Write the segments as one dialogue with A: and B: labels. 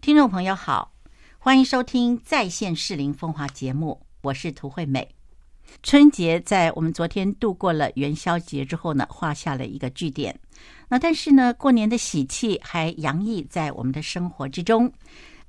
A: 听众朋友好，欢迎收听在线适龄风华节目，我是涂惠美。春节在我们昨天度过了元宵节之后呢，画下了一个句点。那但是呢，过年的喜气还洋溢在我们的生活之中。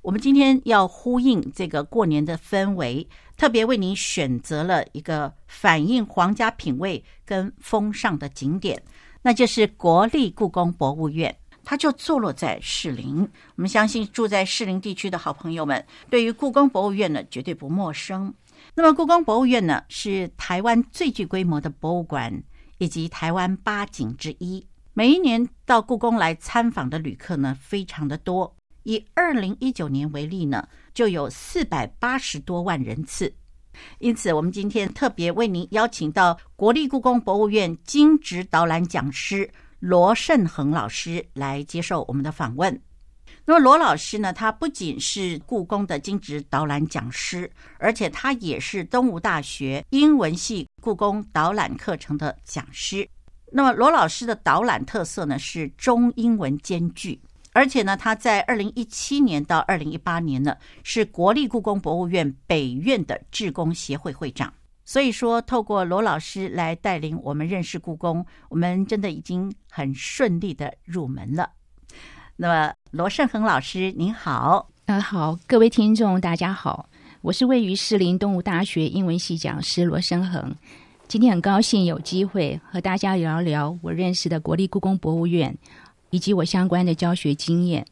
A: 我们今天要呼应这个过年的氛围，特别为您选择了一个反映皇家品味跟风尚的景点，那就是国立故宫博物院。它就坐落在士林。我们相信住在士林地区的好朋友们，对于故宫博物院呢，绝对不陌生。那么，故宫博物院呢，是台湾最具规模的博物馆，以及台湾八景之一。每一年到故宫来参访的旅客呢，非常的多。以二零一九年为例呢，就有四百八十多万人次。因此，我们今天特别为您邀请到国立故宫博物院金职导览讲师罗胜恒老师来接受我们的访问。那么罗老师呢，他不仅是故宫的金职导览讲师，而且他也是东吴大学英文系故宫导览课程的讲师。那么罗老师的导览特色呢是中英文兼具，而且呢，他在二零一七年到二零一八年呢是国立故宫博物院北院的志工协会会长。所以说，透过罗老师来带领我们认识故宫，我们真的已经很顺利的入门了。那么，罗胜恒老师您好，
B: 嗯、好，各位听众大家好，我是位于士林动物大学英文系讲师罗生恒。今天很高兴有机会和大家聊聊我认识的国立故宫博物院，以及我相关的教学经验。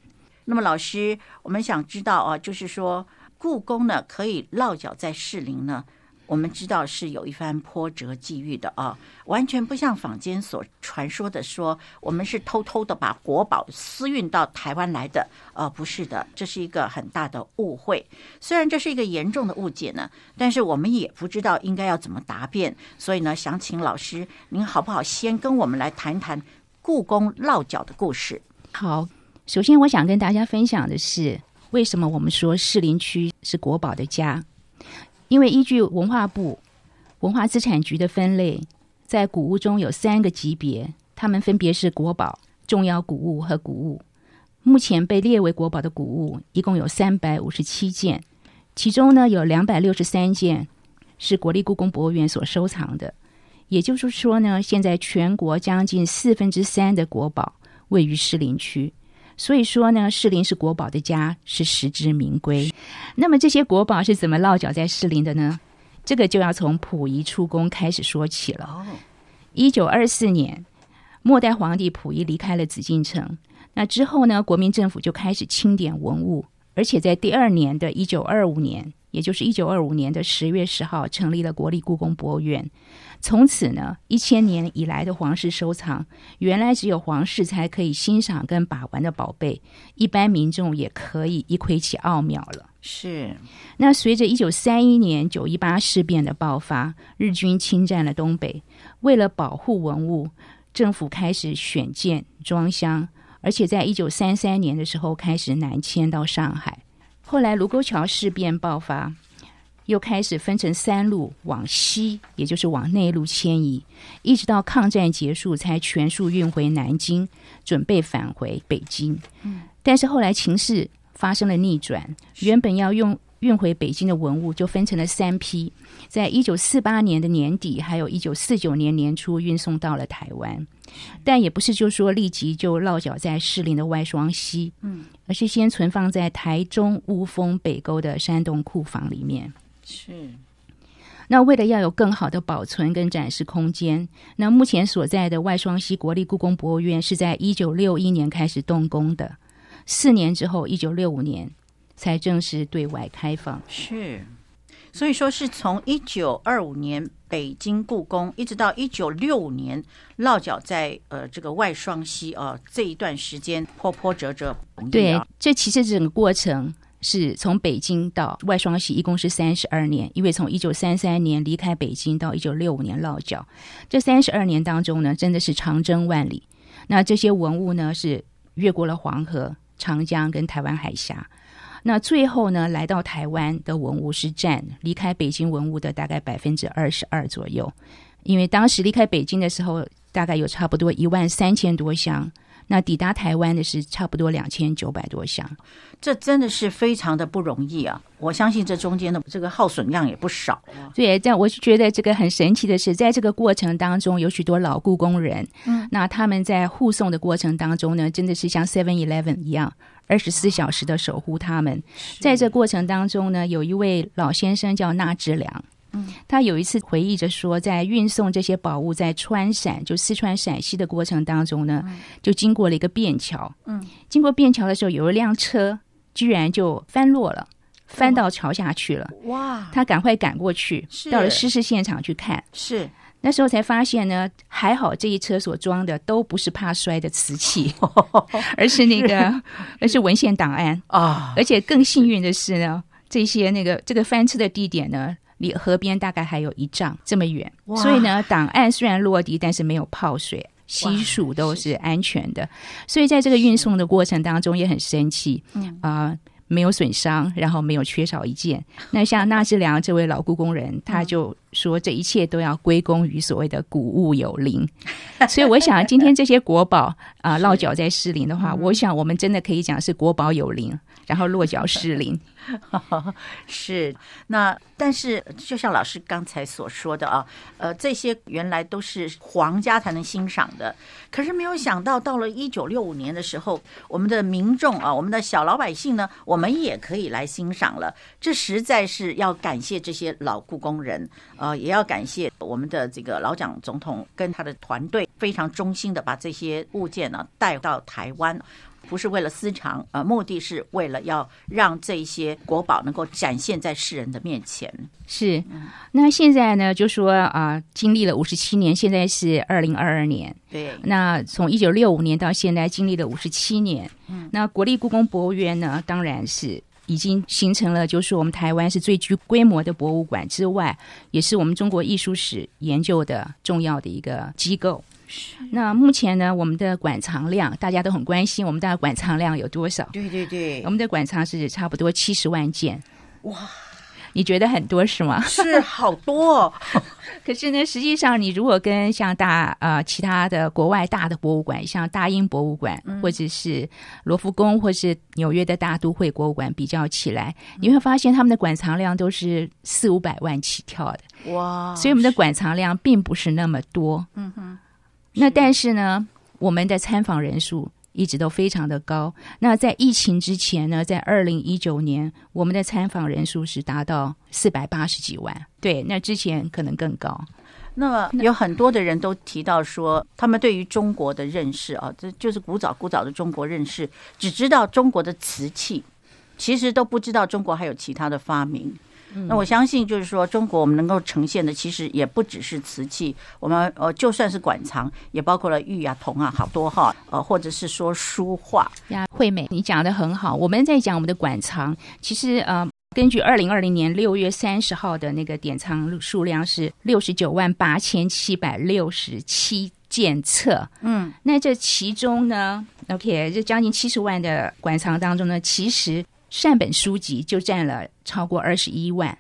A: 那么老师，我们想知道啊，就是说故宫呢可以落脚在士林呢，我们知道是有一番波折际遇的啊，完全不像坊间所传说的说我们是偷偷的把国宝私运到台湾来的，呃，不是的，这是一个很大的误会。虽然这是一个严重的误解呢，但是我们也不知道应该要怎么答辩，所以呢，想请老师您好不好先跟我们来谈谈故宫落脚的故事？
B: 好，首先我想跟大家分享的是，为什么我们说士林区是国宝的家？因为依据文化部文化资产局的分类，在古物中有三个级别，它们分别是国宝、重要古物和古物。目前被列为国宝的古物一共有三百五十七件，其中呢有两百六十三件是国立故宫博物院所收藏的。也就是说呢，现在全国将近四分之三的国宝位于士林区，所以说呢，士林是国宝的家，是实至名归。那么这些国宝是怎么落脚在士林的呢？这个就要从溥仪出宫开始说起了。
A: 哦，
B: 一九二四年，末代皇帝溥仪离开了紫禁城。那之后呢，国民政府就开始清点文物，而且在第二年的一九二五年，也就是一九二五年的十月十号，成立了国立故宫博物院。从此呢，一千年以来的皇室收藏，原来只有皇室才可以欣赏跟把玩的宝贝，一般民众也可以一窥其奥妙了。
A: 是
B: 那随着一九三一年九一八事变的爆发，日军侵占了东北。为了保护文物，政府开始选建装箱，而且在一九三三年的时候开始南迁到上海。后来卢沟桥事变爆发，又开始分成三路往西，也就是往内陆迁移，一直到抗战结束才全数运回南京，准备返回北京。但是后来情势发生了逆转，原本要用运回北京的文物就分成了三批，在一九四八年的年底，还有一九四九年年初运送到了台湾，但也不是就说立即就落脚在士林的外双溪，嗯，而是先存放在台中乌峰北沟的山洞库房里面。
A: 是，
B: 那为了要有更好的保存跟展示空间，那目前所在的外双溪国立故宫博物院是在一九六一年开始动工的，四年之后，一九六五年才正式对外开放。
A: 是，所以说是从一九二五年北京故宫一直到一九六五年落脚在呃这个外双溪啊、呃这一段时间波波折折。啊
B: 对，这其实整个过程是从北京到外双溪，一共是三十二年。因为从一九三三年离开北京到一九六五年落脚，这三十二年当中呢，真的是长征万里。那这些文物呢，是越过了黄河、长江跟台湾海峡。那最后呢，来到台湾的文物是占离开北京文物的大概百分之二十二左右，因为当时离开北京的时候，大概有差不多一万三千多箱，那抵达台湾的是差不多两千九百多箱。
A: 这真的是非常的不容易啊！我相信这中间的这个耗损量也不少啊。
B: 对，但我是觉得这个很神奇的是，在这个过程当中，有许多老故工人，嗯，那他们在护送的过程当中呢，真的是像 Seven Eleven 一样。二十四小时的守护他们，在这过程当中呢，有一位老先生叫纳志良，嗯，他有一次回忆着说，在运送这些宝物在川陕，就四川陕西的过程当中呢，就经过了一个便桥，嗯，经过便桥的时候，有一辆车居然就翻落了，翻到桥下去了，
A: 哇，
B: 他赶快赶过去，到了失事现场去看，
A: 是
B: 那时候才发现呢，还好这一车所装的都不是怕摔的瓷器， 而是那 个，而是文献档案。
A: 啊，
B: 而且更幸运的是呢，这些那个这个翻车的地点呢，离河边大概还有一丈这么远，
A: 哇
B: 所以呢，档案虽然落地，但是没有泡水。悉数都是安全的，所以在这个运送的过程当中也很神奇，啊、没有损伤，然后没有缺少一件。那像纳志良这位老故工人，他就说这一切都要归功于所谓的古物有灵。所以我想，今天这些国宝啊、落脚在士林的话，我想我们真的可以讲是国宝有灵，然后落脚士林。
A: 是那，但是就像老师刚才所说的啊，呃，这些原来都是皇家才能欣赏的，可是没有想到，到了一九六五年的时候，我们的民众啊，我们的小老百姓呢，我们也可以来欣赏了。这实在是要感谢这些老故宫人，呃，也要感谢我们的这个老蒋总统跟他的团队非常忠心的把这些物件呢、带到台湾。不是为了私藏，呃，目的是为了要让这些国宝能够展现在世人的面前。
B: 是，那现在呢，就说啊、经历了五十七年，现在是二零二二年，
A: 对，
B: 那从一九六五年到现在，经历了五十七年。嗯，那国立故宫博物院呢，当然是已经形成了，就是我们台湾是最具规模的博物馆之外，也是我们中国艺术史研究的重要的一个机构。那目前呢，我们的馆藏量大家都很关心，我们的馆藏量有多少？
A: 对对 对
B: 我们的馆藏是差不多七十万件。哇，你觉得很多是吗？
A: 是好多、哦，
B: 可是呢，实际上你如果跟像大呃其他的国外大的博物馆，像大英博物馆，或者是罗浮宫，或是纽约的大都会博物馆比较起来，你会发现他们的馆藏量都是四五百万起跳的，
A: 哇！
B: 所以我们的馆藏量并不是那么多。哦嗯哼，那但是呢，我们的参访人数。一直都非常的高。那在疫情之前呢，在二零一九年，我们的参访人数是达到四百八十几万。对，那之前可能更高。
A: 那么有很多的人都提到说，他们对于中国的认识啊，这就是古早古早的中国认识，只知道中国的瓷器，其实都不知道中国还有其他的发明。
B: 嗯
A: 那我相信，就是说，中国我们能够呈现的，其实也不只是瓷器，我们呃，就算是馆藏，也包括了玉啊、铜啊，好多哈，呃，或者是说书画，
B: 呀，惠美，你讲的很好。我们在讲我们的馆藏，其实呃，根据二零二零年六月三十号的那个典藏数量是六十九万八千七百六十七件册。嗯，那这其中呢，OK，这将近七十万的馆藏当中呢，其实善本书籍就占了超过二十一万，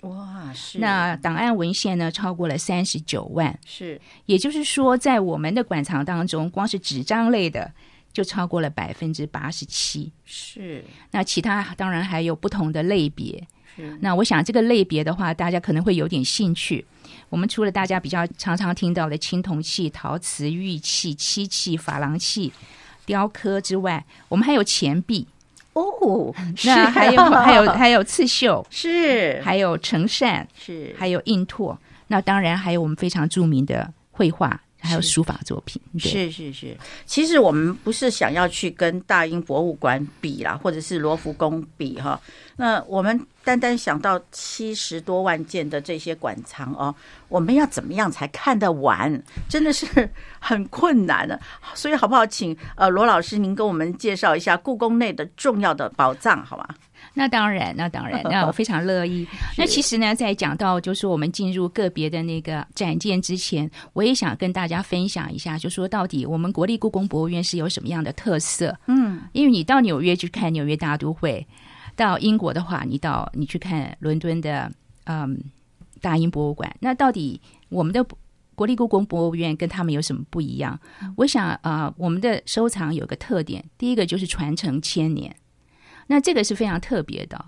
A: 哇，是
B: 那档案文献呢超过了三十九万。
A: 是
B: 也就是说，在我们的馆藏当中，光是纸张类的就超过了百分之八十七。
A: 是
B: 那其他当然还有不同的类别
A: 是。
B: 那我想这个类别的话，大家可能会有点兴趣。我们除了大家比较常常听到的青铜器、陶瓷、玉器、漆器、珐琅器、雕刻之外，我们还有钱币，
A: 哦，
B: 那还有还有还有刺绣，
A: 是
B: 还有成扇，
A: 是
B: 还有印拓。那当然还有我们非常著名的绘画，还有
A: 是
B: 书法作品。对
A: 是是是，其实我们不是想要去跟大英博物馆比啦，或者是罗浮宫比哈。那我们单单想到七十多万件的这些馆藏哦，我们要怎么样才看得完？真的是 很困难的、所以好不好请，呃罗老师您跟我们介绍一下故宫内的重要的宝藏，好吗？
B: 那当然，那当然，那我非常乐意。那其实呢，在讲到就是我们进入个别的那个展件之前，我也想跟大家分享一下，就说到底我们国立故宫博物院是有什么样的特色？嗯，因为你到纽约去看纽约大都会，到英国的话，你到你去看伦敦的嗯大英博物馆，那到底我们的国立故宫博物院跟他们有什么不一样？我想啊、呃我们的收藏有个特点，第一个就是传承千年，那这个是非常特别的。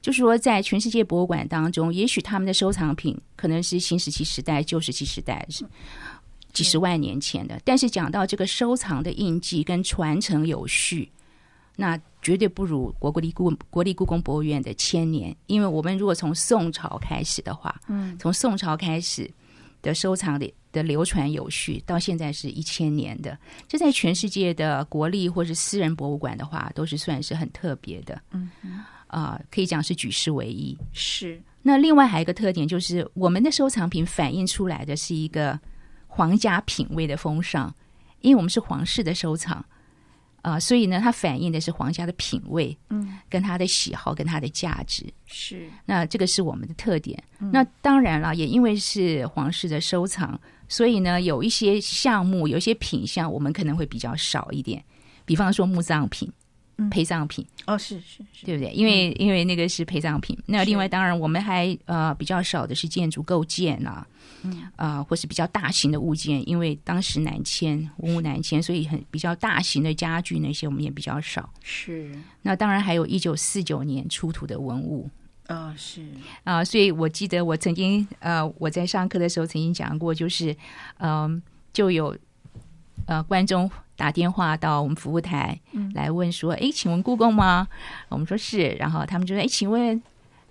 B: 就是说，在全世界博物馆当中，也许他们的收藏品可能是新石器时代、旧石器时代，是几十万年前的。但是讲到这个收藏的印记跟传承有序，那绝对不如国立故国立故宫博物院的千年。因为我们如果从宋朝开始的话，嗯，从宋朝开始的收藏的的流传有序，到现在是一千年的，这在全世界的国立或是私人博物馆的话，都是算是很特别的。嗯啊、可以讲是举世唯一。
A: 是
B: 那另外还有一个特点就是，我们的收藏品反映出来的是一个皇家品味的风尚，因为我们是皇室的收藏，啊、所以呢，它反映的是皇家的品味，嗯，跟他的喜好，跟他的价值。
A: 是，
B: 那这个是我们的特点。那当然了，也因为是皇室的收藏，所以呢，有一些项目，有一些品相，我们可能会比较少一点。比方说墓葬品、陪葬品，
A: 哦，是是是，
B: 对不对？因为、因为那个是陪葬品。那
A: 是
B: 另外，当然我们还呃比较少的是建筑构件啊，啊、或是比较大型的物件，因为当时南迁文物南迁，所以很比较大型的家具那些我们也比较少。
A: 是，
B: 那当然还有一九四九年出土的文物，
A: 哦，是，
B: 啊、所以我记得我曾经呃我在上课的时候曾经讲过，就是嗯、就有呃观众打电话到我们服务台
A: 嗯
B: 来问说，诶，请问故宫吗？我们说是，然后他们就说，诶，请问。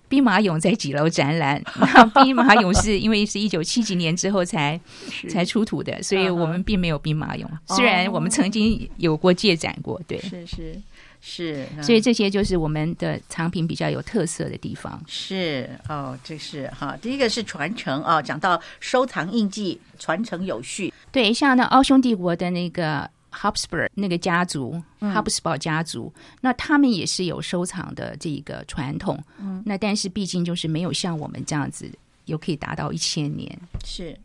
B: 兵马俑在几楼展览？ 那兵马俑是因为是一九七几年之后才
A: 是
B: 才出土的，所以我
A: 嗯
B: 们并没有兵马俑。
A: 哦
B: 虽然我们曾经有过借展过，对，
A: 是是是，嗯
B: 所以这些就是我们的藏品比较有特色的地方。
A: 是哦，这是哈，第一个是传承啊、讲到收藏印记，传承有序，
B: 对，像那奥匈帝国的那个 Habsburg 那个家族，哈布斯堡家族，那他们也是有收藏的这个传统。嗯，那但是毕竟就是没有像我们这样子，有可以达到一千年。
A: 是。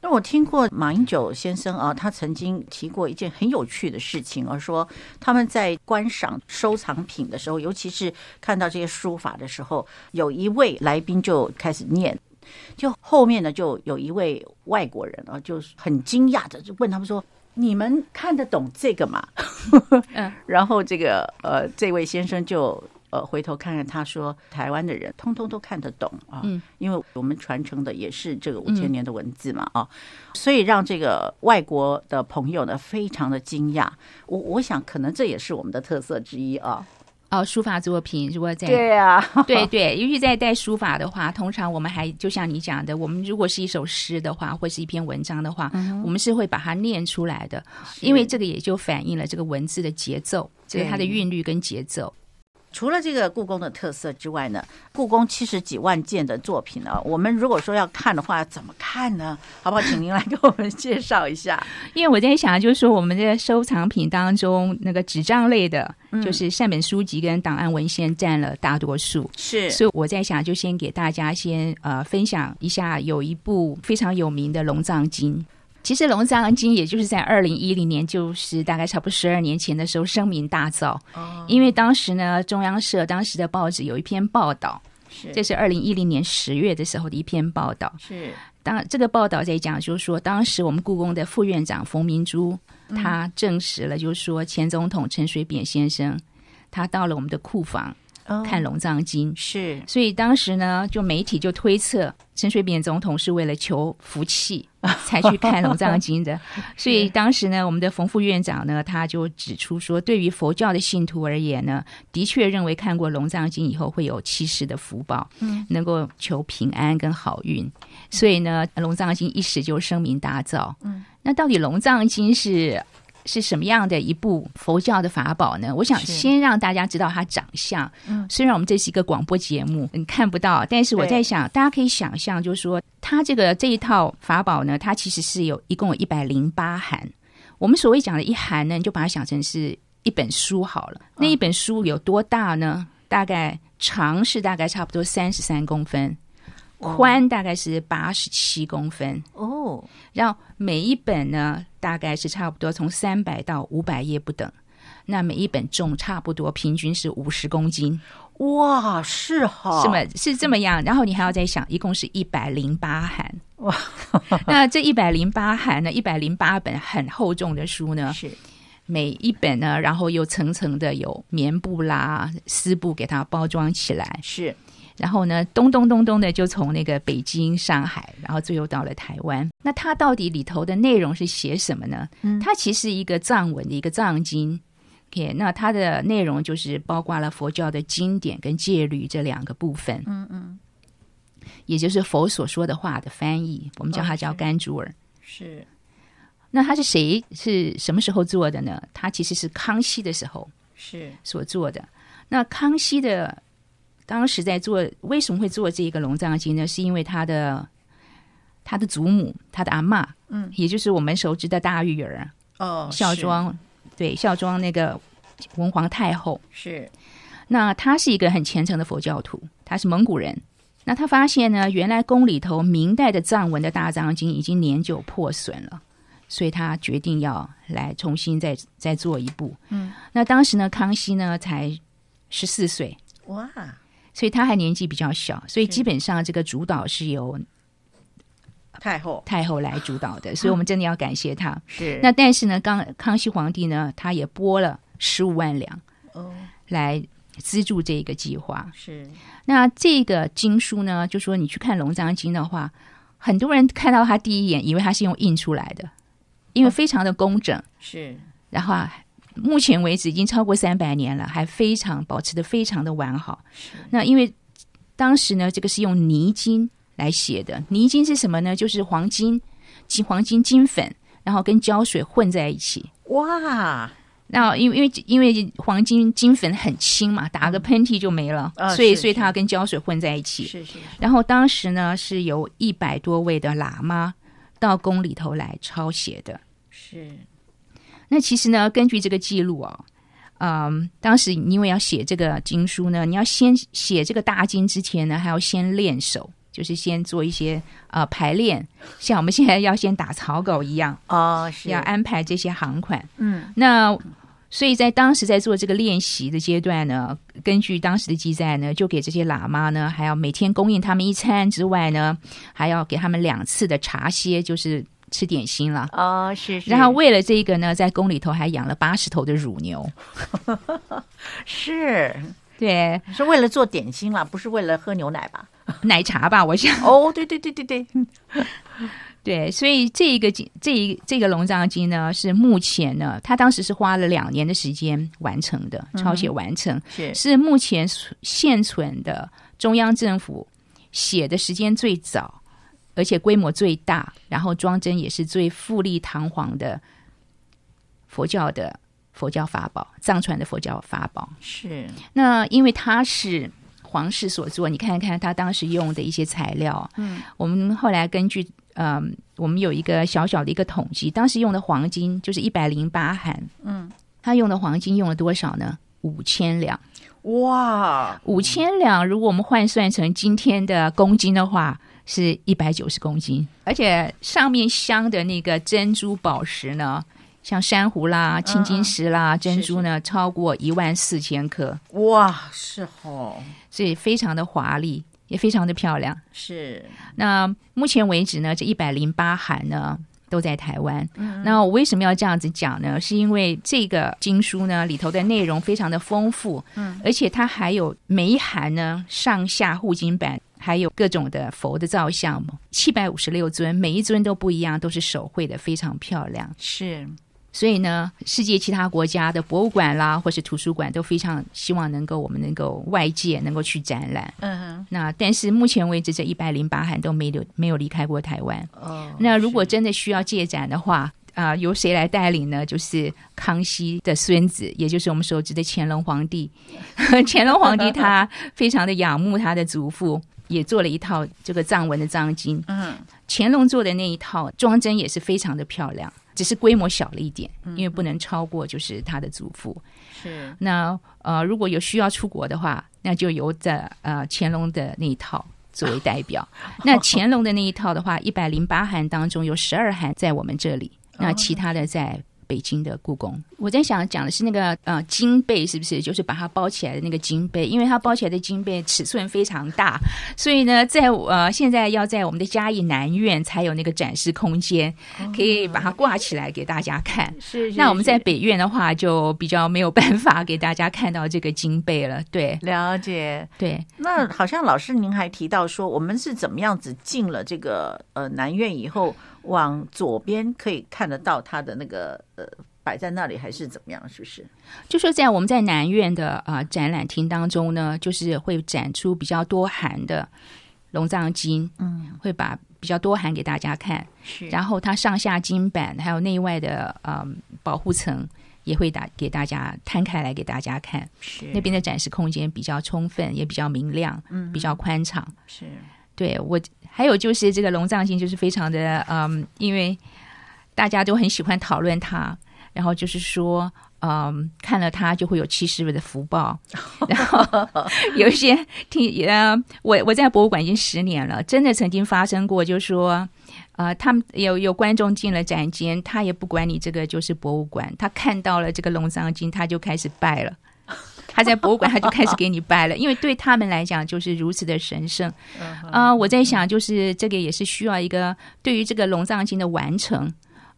A: 那我听过马英九先生啊，他曾经提过一件很有趣的事情而说他们在观赏收藏品的时候，尤其是看到这些书法的时候，有一位来宾就开始念，就后面呢就有一位外国人啊，就是很惊讶的就问他们说：“你们看得懂这个吗？”
B: 嗯，
A: 然后这个呃，这位先生就呃回头看看他说，台湾的人通通都看得懂啊，
B: 嗯
A: 因为我们传承的也是这个五千年的文字嘛、啊，所以让这个外国的朋友呢非常的惊讶。我我想可能这也是我们的特色之一啊。
B: 哦，书法作品如果在
A: 啊，
B: 对 对，尤其在带书法的话，通常我们还就像你讲的，我们如果是一首诗的话，或是一篇文章的话，我们是会把它念出来的，因为这个也就反映了这个文字的节奏，这个它的
A: 对
B: 韵律跟节奏。
A: 除了这个故宫的特色之外呢，故宫七十几万件的作品呢、我们如果说要看的话，怎么看呢？好不好？请您来给我们介绍一下。
B: 因为我在想，就是说我们的收藏品当中，那个纸张类的，就是善本书籍跟档案文献占了大多数。
A: 是
B: 所以我在想，就先给大家先呃分享一下，有一部非常有名的《龙藏经》。其实《龙藏经》也就是在二零一零年，就是大概差不多十二年前的时候声名大噪，因为当时呢，中央社当时的报纸有一篇报道，
A: 是
B: 这是二零一零年十月的时候的一篇报道，
A: 是
B: 当这个报道在讲，就是说当时我们故宫的副院长冯明珠，他证实了，就是说前总统陈水扁先生，他到了我们的库房
A: 哦
B: 看《龙藏经》
A: 是
B: 所以当时呢，就媒体就推测陈水扁总统是为了求福 气才去看《龙藏经》的。所以当时呢，我们的冯副院长呢，他就指出说，对于佛教的信徒而言呢，的确认为看过《龙藏经》以后会有七世的福报，嗯，能够求平安跟好运。所以呢，《龙藏经》一时就声名大噪。嗯，那到底《龙藏经》是？是什么样的一部佛教的法宝呢？我想
A: 是
B: 先让大家知道它长相，虽然我们这是一个广播节目，你看不到，但是我
A: 对
B: 在想，大家可以想象，就是说，它这个这一套法宝呢，它其实是有一共有一百零八函。我们所谓讲的一函呢，你就把它想成是一本书好了。那一本书有多大呢？大概长是大概差不多三十三公分，宽大概是八十七公分，
A: 哦，
B: 然后每一本呢，大概是差不多从三百到五百页不等。那每一本重差不多平均是五十公斤，
A: 哇，是哈，
B: 是吗？是这么样，然后你还要再想，一共是一百零八函，
A: 哦？
C: 哇，
B: 那这一百零八函呢，一百零八本很厚重的书呢，
C: 是
B: 每一本呢，然后又层层的有棉布啦、丝布给它包装起来，
C: 是，
B: 然后呢，咚咚咚咚的就从那个北京、上海，然后最后到了台湾。那它到底里头的内容是写什么呢？
C: 嗯
B: 它其实一个藏文的一个藏经。OK，那它的内容就是包括了佛教的经典跟戒律这两个部分，
C: 嗯嗯，
B: 也就是佛所说的话的翻译，我们叫它
C: 哦
B: 叫
C: 是
B: 甘珠尔。
C: 是
B: 那他是谁？是什么时候做的呢？他其实是康熙的时候
C: 是，
B: 所做的。那康熙的当时在做，为什么会做这个龙藏经呢？是因为他的他的祖母，他的阿嬷，
C: 嗯，
B: 也就是我们熟知的大玉儿
C: 哦，
B: 孝
C: 是
B: 庄，对孝庄那个文皇太后。
C: 是
B: 那他是一个很虔诚的佛教徒，他是蒙古人。那他发现呢，原来宫里头明代的藏文的大藏经已经年久破损了，所以他决定要来重新再再做一部。
C: 嗯，
B: 那当时呢，康熙呢才十四岁，
C: 哇，
B: 所以他还年纪比较小，所以
C: 是
B: 基本上这个主导是由
C: 太后
B: 太后来主导的，所以我们真的要感谢他。
C: 是
B: 那但是呢，康康熙皇帝呢，他也拨了十五万两
C: 哦
B: 来资助这个计划。
C: 是
B: 那这个经书呢，就说你去看《龙藏经》的话，很多人看到它第一眼以为它是用印出来的，因为非常的工整，
C: 是
B: 然后啊，目前为止已经超过三百年了，还非常保持的非常的完好。那因为当时呢，这个是用泥金来写的，泥金是什么呢？就是黄金、金黄金金粉，然后跟胶水混在一起。
C: 哇，
B: 那因为因为因为黄金金粉很轻嘛，打个喷嚏就没了，
C: 啊
B: 所以
C: 是
B: 所以
C: 是
B: 它要跟胶水混在一起。
C: 是是
B: 然后当时呢，是由一百多位的喇嘛到宫里头来抄写的。
C: 是
B: 那其实呢，根据这个记录哦，嗯，当时因为要写这个经书呢，你要先写这个大经之前呢，还要先练手，就是先做一些呃排练，像我们现在要先打草稿一样，
C: 哦是
B: 要安排这些行款。
C: 嗯
B: 那所以在当时在做这个练习的阶段呢，根据当时的记载呢，就给这些喇嘛呢，还要每天供应他们一餐之外呢，还要给他们两次的茶歇，就是吃点心了。
C: 哦是是，
B: 然后为了这个呢，在宫里头还养了八十头的乳牛，
C: 是
B: 对，
C: 是为了做点心啦，不是为了喝牛奶 吧？
B: 奶茶吧，我想，
C: 哦，对对对对对，
B: 对，所以这一个经这一这个龙藏经呢，是目前呢，他当时是花了两年的时间完成的，
C: 嗯
B: 抄写完成，
C: 是
B: 是目前现存的中央政府写的时间最早，而且规模最大，然后装帧也是最富丽堂皇的佛教的佛教法宝，藏传的佛教法宝。
C: 是
B: 那因为它是皇室所做，你看看他当时用的一些材料，嗯，我们后来根据嗯、我们有一个小小的一个统计，当时用的黄金就是一百零八函，嗯，他用的黄金用了多少呢？五千两。
C: 哇，
B: 五千两，如果我们换算成今天的公斤的话，是一百九十公斤。而且上面镶的那个珍珠宝石呢，像珊瑚啦、青金石啦、珍珠呢，超过一万四千克，
C: 哇，是哦，
B: 所以非常的华丽，也非常的漂亮。
C: 是
B: 那目前为止呢，这一百零八函呢。都在台湾。那我为什么要这样子讲呢？是因为这个经书呢里头的内容非常的丰富，嗯，而且它还有每一函呢上下护经版，还有各种的佛的造像，七百五十六尊，每一尊都不一样，都是手绘的，非常漂亮。
C: 是
B: 所以呢，世界其他国家的博物馆啦，或是图书馆都非常希望能够我们能够外界能够去展览。
C: 嗯
B: 那但是目前为止，这一百零八函都没有没有离开过台湾。
C: 哦，
B: 那如果真的需要借展的话，啊、由谁来带领呢？就是康熙的孙子，也就是我们熟知的乾隆 皇帝。乾隆皇帝他非常的仰慕他的祖父，也做了一套这个藏文的藏经。
C: 嗯
B: 乾隆做的那一套装帧也是非常的漂亮，只是规模小了一点，
C: 嗯
B: 因为不能超过就是他的祖父。
C: 是
B: 那呃，如果有需要出国的话，那就由这呃乾隆的那一套作为代表。那乾隆的那一套的话，一百零八函当中有十二函在我们这里，那其他的在北京的故宫。我在想讲的是那个呃金贝是不是就是把它包起来的那个金贝？因为它包起来的金贝尺寸非常大，所以呢，在呃现在要在我们的嘉义南院才有那个展示空间，可以把它挂起来给大家看。
C: 是
B: 那我们在北院的话，就比较没有办法给大家看到这个金贝了。对
C: 了解。
B: 对，
A: 那好像老师您还提到说，我们是怎么样子进了这个呃南院以后，往左边可以看得到它的那个呃摆在那里，还是怎么样？是不是？
B: 就说在我们在南院的啊、呃展览厅当中呢，就是会展出比较多函的龙藏经，
A: 嗯，
B: 会把比较多函给大家看，
A: 是
B: 然后它上下经版还有内外的嗯保护层。也会打给大家摊开来给大家看，
A: 是
B: 那边的展示空间比较充分，也比较明亮，
A: 嗯
B: 比较宽敞。
A: 是
B: 对我还有就是这个龙藏经，就是非常的嗯，因为大家都很喜欢讨论它，然后就是说。嗯，看了它就会有七十的福报，然后有一些听呃，我我在博物馆已经十年了，真的曾经发生过，就是说，呃，他们有有观众进了展间，他也不管你这个就是博物馆，他看到了这个龙藏经，他就开始拜了，他在博物馆他就开始给你拜了，因为对他们来讲就是如此的神圣，啊、
A: 嗯
B: 我在想，就是这个也是需要一个对于这个龙藏经的完成，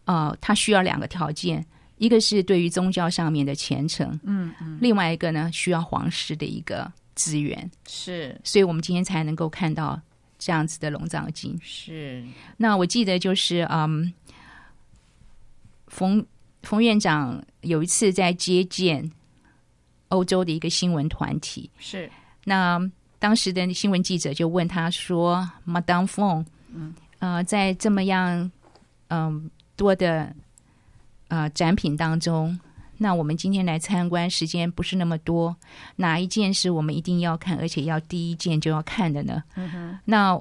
B: 呃，它需要两个条件，一个是对于宗教上面的虔诚，
A: 嗯嗯
B: 另外一个呢需要皇室的一个资源，
A: 是
B: 所以我们今天才能够看到这样子的龙藏经。
A: 是
B: 那我记得就是，嗯，冯冯院长有一次在接见欧洲的一个新闻团体，
A: 是
B: 那当时的新闻记者就问他说：“Madame Fong，嗯，呃，在这么样嗯、多的呃展品当中，那我们今天来参观时间不是那么多，哪一件是我们一定要看，而且要第一件就要看的呢？”嗯、那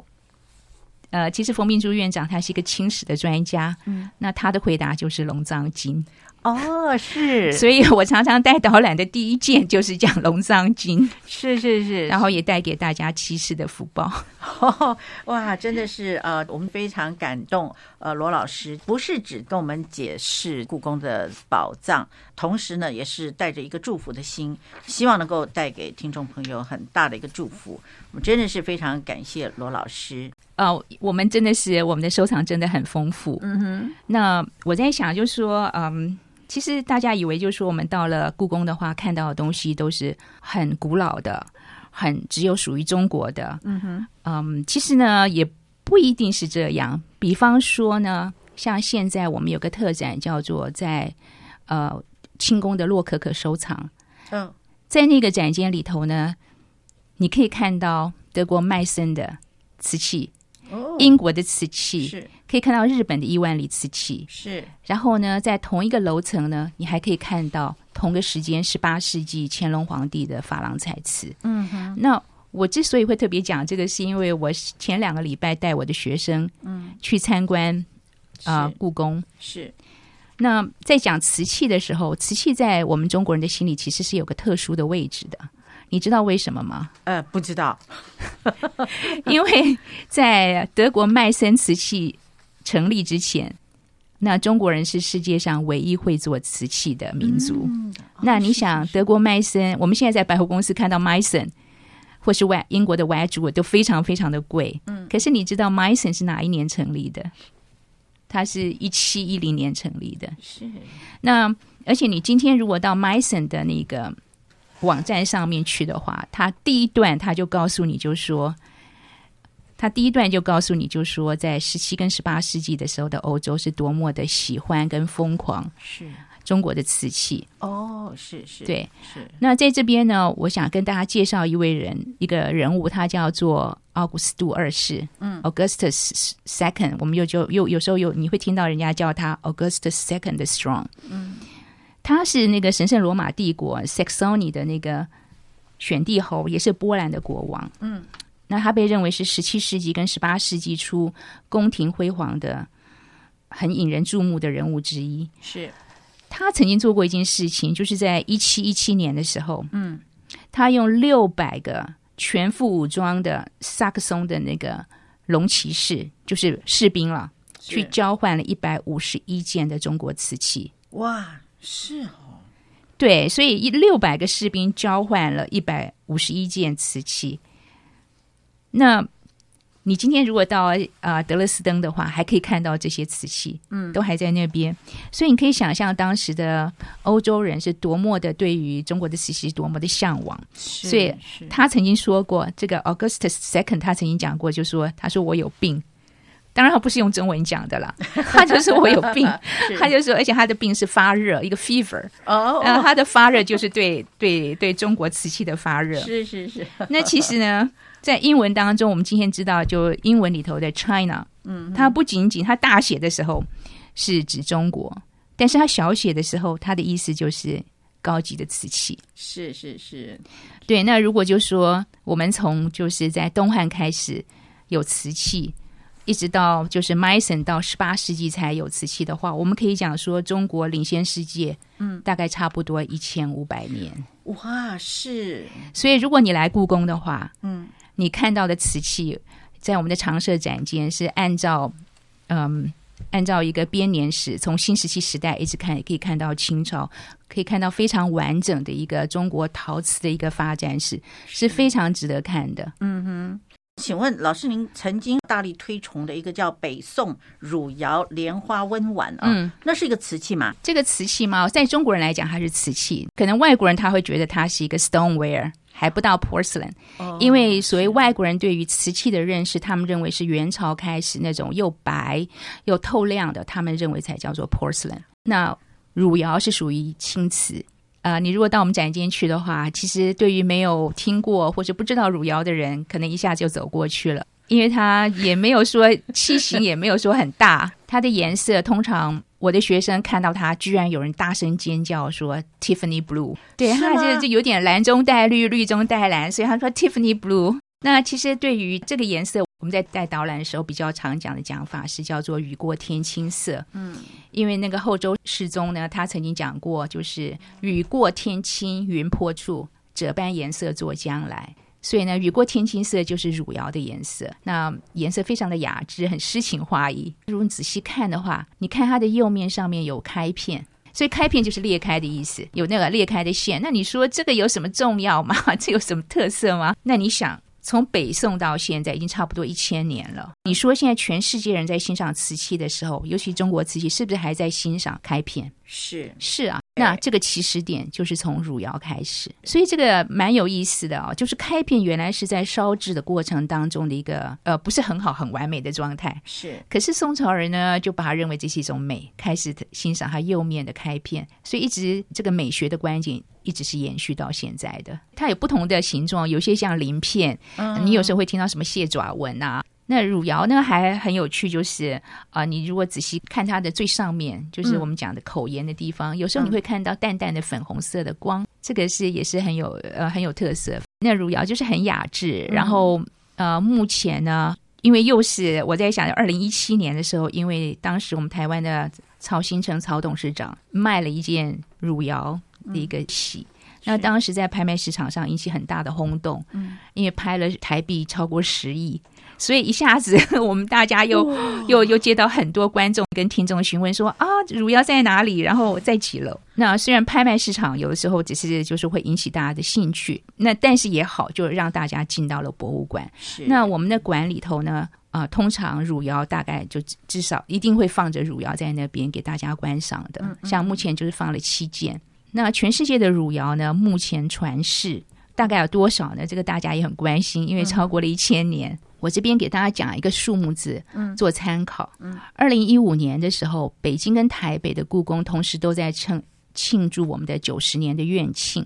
B: 呃，其实冯明珠院长他是一个清史的专家，嗯，那他的回答就是《龙藏经
A: 哦，》，是
B: 所以我常常带导览的第一件就是讲《龙藏经》。
A: 是是是，
B: 然后也带给大家骑士的福报。
A: 哦， 哇，真的是呃，我们非常感动。呃，罗老师不是只跟我们解释故宫的宝藏，同时呢，也是带着一个祝福的心，希望能够带给听众朋友很大的一个祝福。我们真的是非常感谢罗老师。
B: 呃，我们真的是我们的收藏真的很丰富。
A: 嗯哼，
B: 那我在想，就是说，嗯，其实大家以为就是说我们到了故宫的话，看到的东西都是很古老的，很只有属于中国的。嗯哼，嗯，其实呢也不一定是这样。比方说呢，像现在我们有个特展叫做在呃清宫的洛可可收藏。
A: 嗯，
B: 在那个展间里头呢，你可以看到德国麦森的瓷器、
A: 哦，
B: 英国的瓷器，
A: 是
B: 可以看到日本的伊万里瓷器。
A: 是
B: 然后呢，在同一个楼层呢，你还可以看到同个时间十八世纪乾隆皇帝的珐琅彩瓷。嗯哼，那。我之所以会特别讲这个，是因为我前两个礼拜带我的学生，嗯，去参观啊、呃
A: 是
B: 故宫，
A: 是
B: 那在讲瓷器的时候，瓷器在我们中国人的心里其实是有个特殊的位置的。你知道为什么吗？
A: 呃，不知道
B: 因为在德国麦森瓷器成立之前，那中国人是世界上唯一会做瓷器的
A: 嗯
B: 民族。
A: 哦
B: 那你想，德国麦森，我们现在在百货公司看到 Myson，或是外英国的 Wedgwood 都非常非常的贵。嗯，可是你知道 Myson 是哪一年成立的？它是一七一零年成立的。
A: 是
B: 那而且你今天如果到 Myson 的那个网站上面去的话，它第一段它就告诉你就说，它第一段就告诉你就说，在十七跟十八世纪的时候的欧洲是多么的喜欢跟疯狂
A: 是
B: 中国的瓷器。
A: 哦，是是，
B: 对，
A: 是
B: 那在这边呢，我想跟大家介绍一位人，一个人物，他叫做奥古斯都二世，嗯，Augustus Second，我们又就又有时候有你会听到人家叫他 Augustus Second 的 Strong，嗯，他是那个神圣罗马帝国 Saxony 的那个选帝侯，也是波兰的国王，嗯，那他被认为是十七世纪跟十八世纪初宫廷辉煌的很引人注目的人物之一，
A: 是
B: 他曾经做过一件事情，就是在一七一七年的时候，嗯，他用六百个全副武装的萨克松的那个龙骑士，就是士兵了，去
A: 是
B: 交换了一百五十一件的中国瓷器。
A: 哇，是哦，
B: 对，所以一六百个士兵交换了一百五十一件瓷器。那你今天如果到啊德勒斯登的话，还可以看到这些瓷器，嗯，都还在那边。所以你可以想象当时的欧洲人是多么的对于中国的瓷器多么的向往。
A: 是
B: 所以
A: 是
B: 他曾经说过，这个 Augustus Second 他曾经讲过，就说他说我有病。当然，他不是用中文讲的啦，他就说我有病，
A: 是
B: 他就说，而且他的病是发热，一个 fever，
A: 哦，
B: 呃，他的发热就是对 对对中国瓷器的发热。
A: 是是是，
B: 那其实呢，在英文当中，我们今天知道，就英文里头的 China，嗯，它不仅仅它大写的时候是指中国，但是它小写的时候，它的意思就是高级的瓷器。
A: 是是是，
B: 对，那如果就说我们从就是在东汉开始有瓷器，一直到就是 Mason 到十八世纪才有瓷器的话，我们可以讲说中国领先世界，嗯，大概差不多一千五百年。
A: 哇，是
B: 所以如果你来故宫的话，
A: 嗯，
B: 你看到的瓷器在我们的常设展间是按照嗯。按照一个编年史，从新石器时代一直看，可以看到清朝，可以看到非常完整的一个中国陶瓷的一个发展史，是非常值得看的。
A: 请问老师，您曾经大力推崇的一个叫北宋汝窑莲花温碗啊，
B: 嗯
A: 那是一个瓷器嘛？
B: 这个瓷器嘛，在中国人来讲它是瓷器，可能外国人他会觉得它是一个 stoneware，还不到 porcelain，、因
A: 哦
B: 为所谓外国人对于瓷器的认识，他们认为是元朝开始那种又白又透亮的，他们认为才叫做 porcelain。那汝窑是属于青瓷。呃，你如果到我们展间去的话，其实对于没有听过或者不知道汝窑的人，可能一下就走过去了，因为它也没有说器型，也没有说很大，它的颜色通常我的学生看到它，居然有人大声尖叫说 Tiffany blue，对，
A: 是
B: 它
A: 吗
B: 就就有点蓝中带绿，绿中带蓝，所以他说 Tiffany blue。那其实对于这个颜色，我们在带导览的时候比较常讲的讲法是叫做雨过天青色。因为那个后周世宗呢，他曾经讲过，就是雨过天青云破处，这般颜色作将来。所以呢，雨过天青色就是汝窑的颜色，那颜色非常的雅致，很诗情画意。如果你仔细看的话，你看它的釉面上面有开片，所以开片就是裂开的意思，有那个裂开的线。那你说这个有什么重要吗？这有什么特色吗？那你想，从北宋到现在已经差不多一千年了。你说现在全世界人在欣赏瓷器的时候，尤其中国瓷器，是不是还在欣赏开片？
A: 是
B: 是啊，
A: 对
B: 那这个起始点就是从汝窑开始，所以这个蛮有意思的哦。就是开片原来是在烧制的过程当中的一个呃不是很好很完美的状态，
A: 是
B: 可是宋朝人呢，就把它认为这是一种美，开始欣赏它釉面的开片，所以一直这个美学的观景一直是延续到现在的。它有不同的形状，有些像鳞片，你有时候会听到什么蟹爪纹啊。那汝窑呢还很有趣，就是啊、你如果仔细看它的最上面，就是我们讲的口沿的地方，有时候你会看到淡淡的粉红色的光，这个是也是很有呃很有特色。那汝窑就是很雅致，然后呃，目前呢，因为又是我在想，二零一七年的时候，因为当时我们台湾的曹新成曹董事长卖了一件汝窑的一个玺。那当时在拍卖市场上引起很大的轰动，嗯、因为拍了台币超过十亿，所以一下子 我们大家又又又接到很多观众跟听众询问说啊，汝窑在哪里？然后在几楼？那虽然拍卖市场有的时候只是就是会引起大家的兴趣，那但是也好，就让大家进到了博物馆。
A: 是
B: 那我们的馆里头呢，啊、通常汝窑大概就至至少一定会放着汝窑在那边给大家观赏的。像目前就是放了七件。那全世界的汝窑呢，目前传世大概有多少呢？这个大家也很关心，因为超过了一千年。我这边给大家讲一个数目字，做参考。二零一五年的时候，北京跟台北的故宫同时都在庆庆祝我们的九十年的院庆。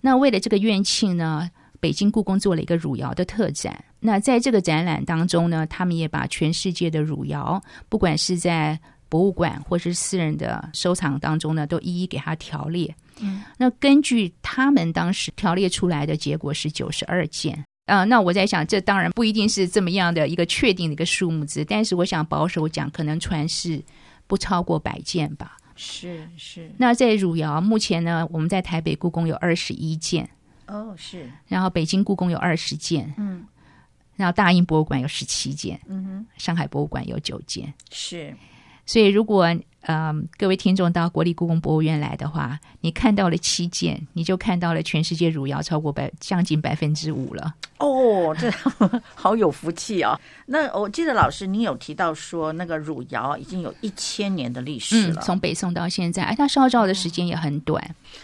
B: 那为了这个院庆呢，北京故宫做了一个汝窑的特展。那在这个展览当中呢，他们也把全世界的汝窑，不管是在博物馆或是私人的收藏当中呢，都一一给它条列。嗯、那根据他们当时条列出来的结果是九十二件。呃，那我在想，这当然不一定是这么样的一个确定的一个数目字，但是我想保守讲，可能传世不超过百件吧。
A: 是是
B: 那在汝窑目前呢，我们在台北故宫有二十一件，
A: 哦是
B: 然后北京故宫有二十件，嗯，然后大英 博物馆有十七件，嗯上海博物馆有九件。
A: 是
B: 所以如果呃，各位听众到国立故宫博物院来的话，你看到了七件，你就看到了全世界汝窑超过百将近百分之五了。
A: 哦，这好有福气哦。那我记得老师您有提到说，那个汝窑已经有一千年的历史
B: 嗯，
A: 了。
B: 从北宋到现在，哎，它烧造的时间也很短。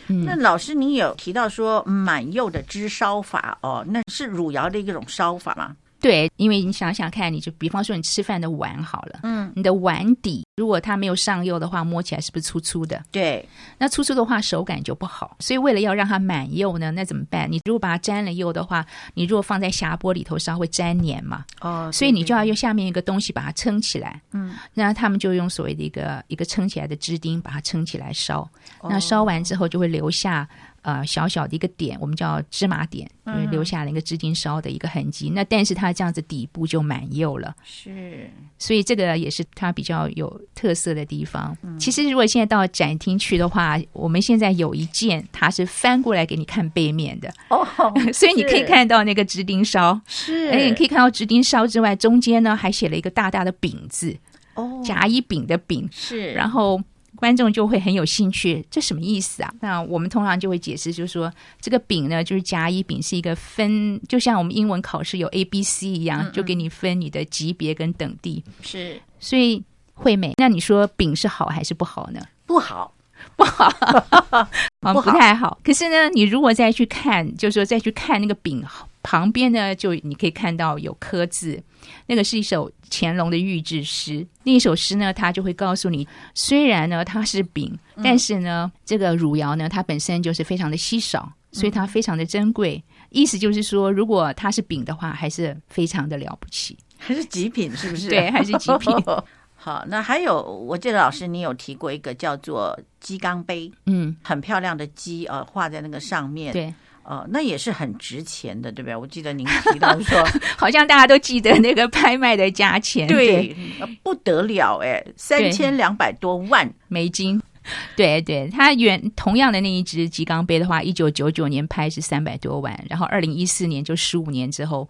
B: 嗯
A: 那老师您有提到说满釉的织烧法哦，那是汝窑的一种烧法吗？
B: 对，因为你想想看，你就比方说你吃饭的碗好了，嗯，你的碗底如果它没有上釉的话，摸起来是不是粗粗的？
A: 对，
B: 那粗粗的话手感就不好，所以为了要让它满釉呢，那怎么办？你如果把它沾了釉的话，你如果放在匣钵里头烧会粘黏嘛，
A: 哦，
B: 所以你
A: 对
B: 就要用下面一个东西把它撑起来。嗯，那他们就用所谓的一个一个撑起来的支钉把它撑起来烧。
A: 哦
B: 那烧完之后就会留下呃小小的一个点，我们叫芝麻点，就是留下了一个支钉烧的一个痕迹。那但是它这样子底部就满釉了。
A: 是
B: 所以这个也是它比较有特色的地方。
A: 嗯
B: 其实如果现在到展厅去的话，我们现在有一件它是翻过来给你看背 面的，
A: 哦，
B: 所以你可以
A: 是
B: 看到那个直钉烧。
A: 是，
B: 而且哎你可以看到直钉烧之外，中间呢还写了一个大大的“饼”字，
A: 哦，
B: 甲乙丙的“丙”，
A: 是，
B: 然后。观众就会很有兴趣，这什么意思啊？那我们通常就会解释，就是说这个丙呢，就是甲乙丙是一个分，就像我们英文考试有 A、B、C 一
A: 嗯
B: 样，就给你分你的级别跟等地。
A: 是
B: 所以惠美，那你说丙是好还是不好呢？
A: 不好，
B: 啊，
A: 不
B: 不
A: 好
B: 太好。可是呢，你如果再去看，就是说再去看那个丙旁边呢，就你可以看到有刻字，那个是一首乾隆的御制诗。那一首诗呢，它就会告诉你，虽然呢它是丙，但是呢，这个汝窑呢，它本身就是非常的稀少，所以它非常的珍贵。意思就是说，如果它是丙的话，还是非常的了不起。
A: 还是极品是不是？
B: 对还是极品。
A: 好，那还有，我记得老师你有提过一个叫做鸡缸杯，
B: 嗯，
A: 很漂亮的鸡，呃，画在那个上面，，
B: 对，
A: 呃，那也是很值钱的，对不对？我记得您提到 说，
B: 好像大家都记得那个拍卖的价钱，
A: 对，呃不得了，哎，三千两百多万，
B: 美金。 对对，它原同样的那一只吉冈杯的话，一九九九年拍是三百多万，然后二零一四年就十五年之后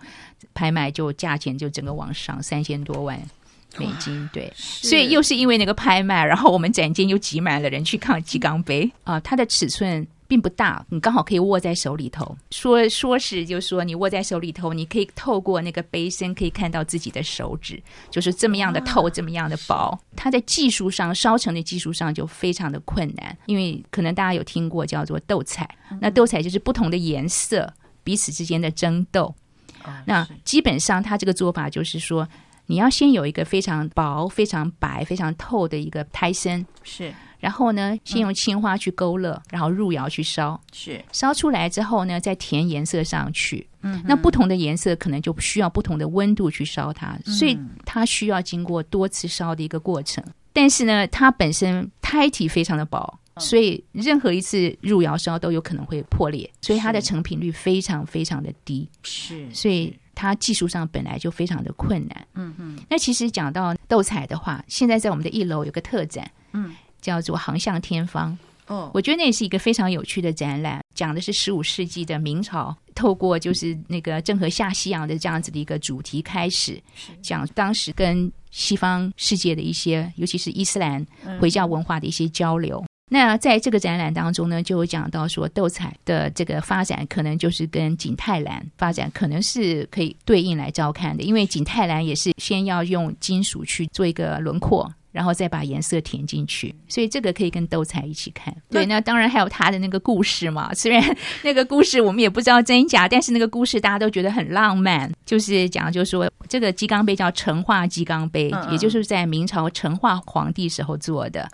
B: 拍卖就价钱就整个往上三千多万美金，对。所以又是因为那个拍卖，然后我们展间又挤满了人去看鸡缸杯啊、它的尺寸并不大，你刚好可以握在手里头。说说是就说你握在手里头，你可以透过那个杯身可以看到自己的手指，就是这么样的透，这么样的薄。它在技术上烧成的技术上就非常的困难，因为可能大家有听过叫做斗彩，那斗彩就是不同的颜色彼此之间的争斗。
A: 哦
B: 那基本上他这个做法就是说，你要先有一个非常薄、非常白、非常透的一个胎身，
A: 是
B: 然后呢，先用青花去勾勒，然后入窑去烧，
A: 是
B: 烧出来之后呢，再填颜色上去。嗯，那不同的颜色可能就需要不同的温度去烧它，所以它需要经过多次烧的一个过程。但是呢，它本身胎体非常的薄。所以任何一次入窑烧都有可能会破裂，所以它的
A: 是
B: 成品率非常非常的低。
A: 是
B: 所以它技术上本来就非常的困难。嗯嗯。那其实讲到斗彩的话，现在在我们的一楼有个特展，嗯，叫做“航向天方”。
A: 哦，
B: 我觉得那也是一个非常有趣的展览，讲的是十五世纪的明朝，透过就是那个郑和下西洋的这样子的一个主题开始，讲当时跟西方世界的一些，尤其是伊斯兰回教文化的一些交流。那在这个展览当中呢，就有讲到说斗彩的这个发展，可能就是跟景泰蓝发展可能是可以对应来照看的，因为景泰蓝也是先要用金属去做一个轮廓。然后再把颜色填进
A: 嗯
B: 去，所以这个可以跟斗彩一起看。对，那当然还有他的那个故事嘛。虽然那个故事我们也不知道真假，但是那个故事大家都觉得很浪漫。就是讲，就是说这个鸡缸杯叫成化鸡缸杯，
A: 嗯嗯
B: 也就是在明朝成化皇帝时候做的。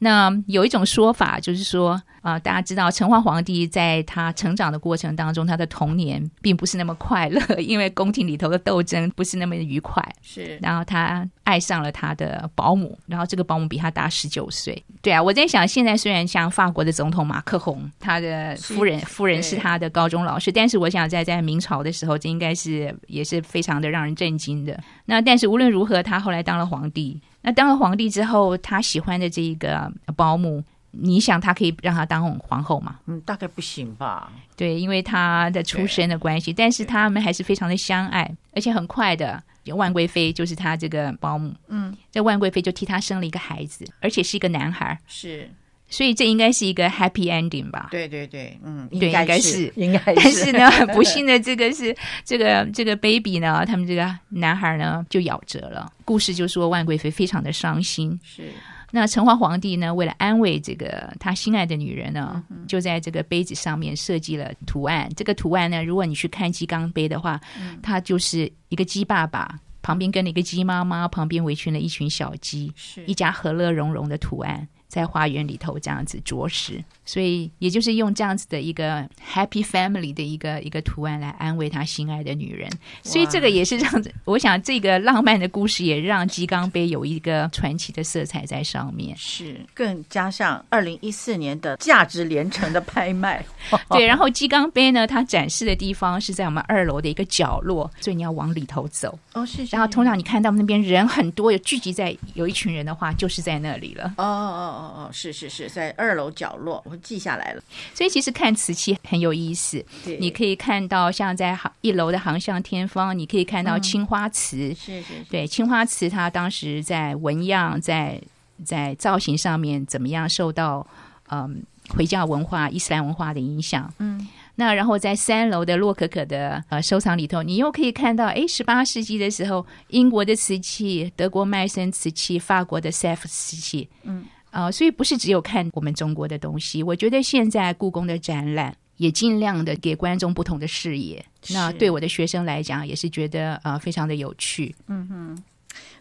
B: 那有一种说法就是说，啊、大家知道成化皇帝在他成长的过程当中，他的童年并不是那么快乐，因为宫廷里头的斗争不是那么愉快。
A: 是
B: 然后他爱上了他的保姆，然后这个保姆比他大十九岁。对啊，我在想，现在虽然像法国的总统马克宏，他的夫人
A: 是
B: 夫人是他的高中老师，但是我想在在明朝的时候，这应该是也是非常的让人震惊的。那但是无论如何，他后来当了皇帝。那当了皇帝之后，他喜欢的这一个保姆。你想他可以让他当皇后吗？
A: 嗯，大概不行吧。
B: 对，因为他的出身的关系，但是他们还是非常的相爱，而且很快的，万贵妃就是他这个保姆，
A: 嗯，
B: 这万贵妃就替他生了一个孩子，而且是一个男孩，
A: 是，
B: 所以这应该是一个 happy ending 吧？
A: 对对对，嗯，
B: 对应该是
A: 应该
B: 但是 呢，很不幸的这个是这个这个 baby 呢，他们这个男孩呢就夭折了。故事就说万贵妃非常的伤心。
A: 是
B: 那成化皇帝呢，为了安慰这个他心爱的女人呢，就在这个杯子上面设计了图案。这个图案呢，如果你去看鸡缸杯的话，它就是一个鸡爸爸旁边跟了一个鸡妈妈，旁边围群了一群小鸡。
A: 是
B: 一家和乐融融的图案在花园里头这样子啄食，所以也就是用这样子的一个 happy family 的一个一个图案来安慰他心爱的女人，所以这个也是让我想这个浪漫的故事也让鸡缸杯有一个传奇的色彩在上面。
A: 是，更加上二零一四年的价值连城的拍卖，
B: 对，然后鸡缸杯呢，它展示的地方是在我们二楼的一个角落，所以你要往里头走。
A: 哦是，是
B: 然后通常你看到那边人很多，有聚集在有一群人的话，就是在那里了。
A: 哦哦哦哦，是是是在二楼角落，我记下来了。
B: 所以其实看瓷器很有意思。
A: 对，
B: 你可以看到像在航一楼的航向天方，你可以看到青花瓷。
A: 是是是，
B: 对，青花瓷它当时在纹样、在在造型上面怎么样受到嗯回教文化、伊斯兰文化的影响。
A: 嗯，
B: 那然后在三楼的洛可可的呃收藏里头，你又可以看到，哎，十八世纪的时候，英国的瓷器、德国麦森瓷器、法国的 s e f 瓷器，
A: 嗯，
B: 啊、所以不是只有看我们中国的东西。我觉得现在故宫的展览也尽量的给观众不同的视野。那
A: 是
B: 对我的学生来讲，也是觉得呃非常的有趣。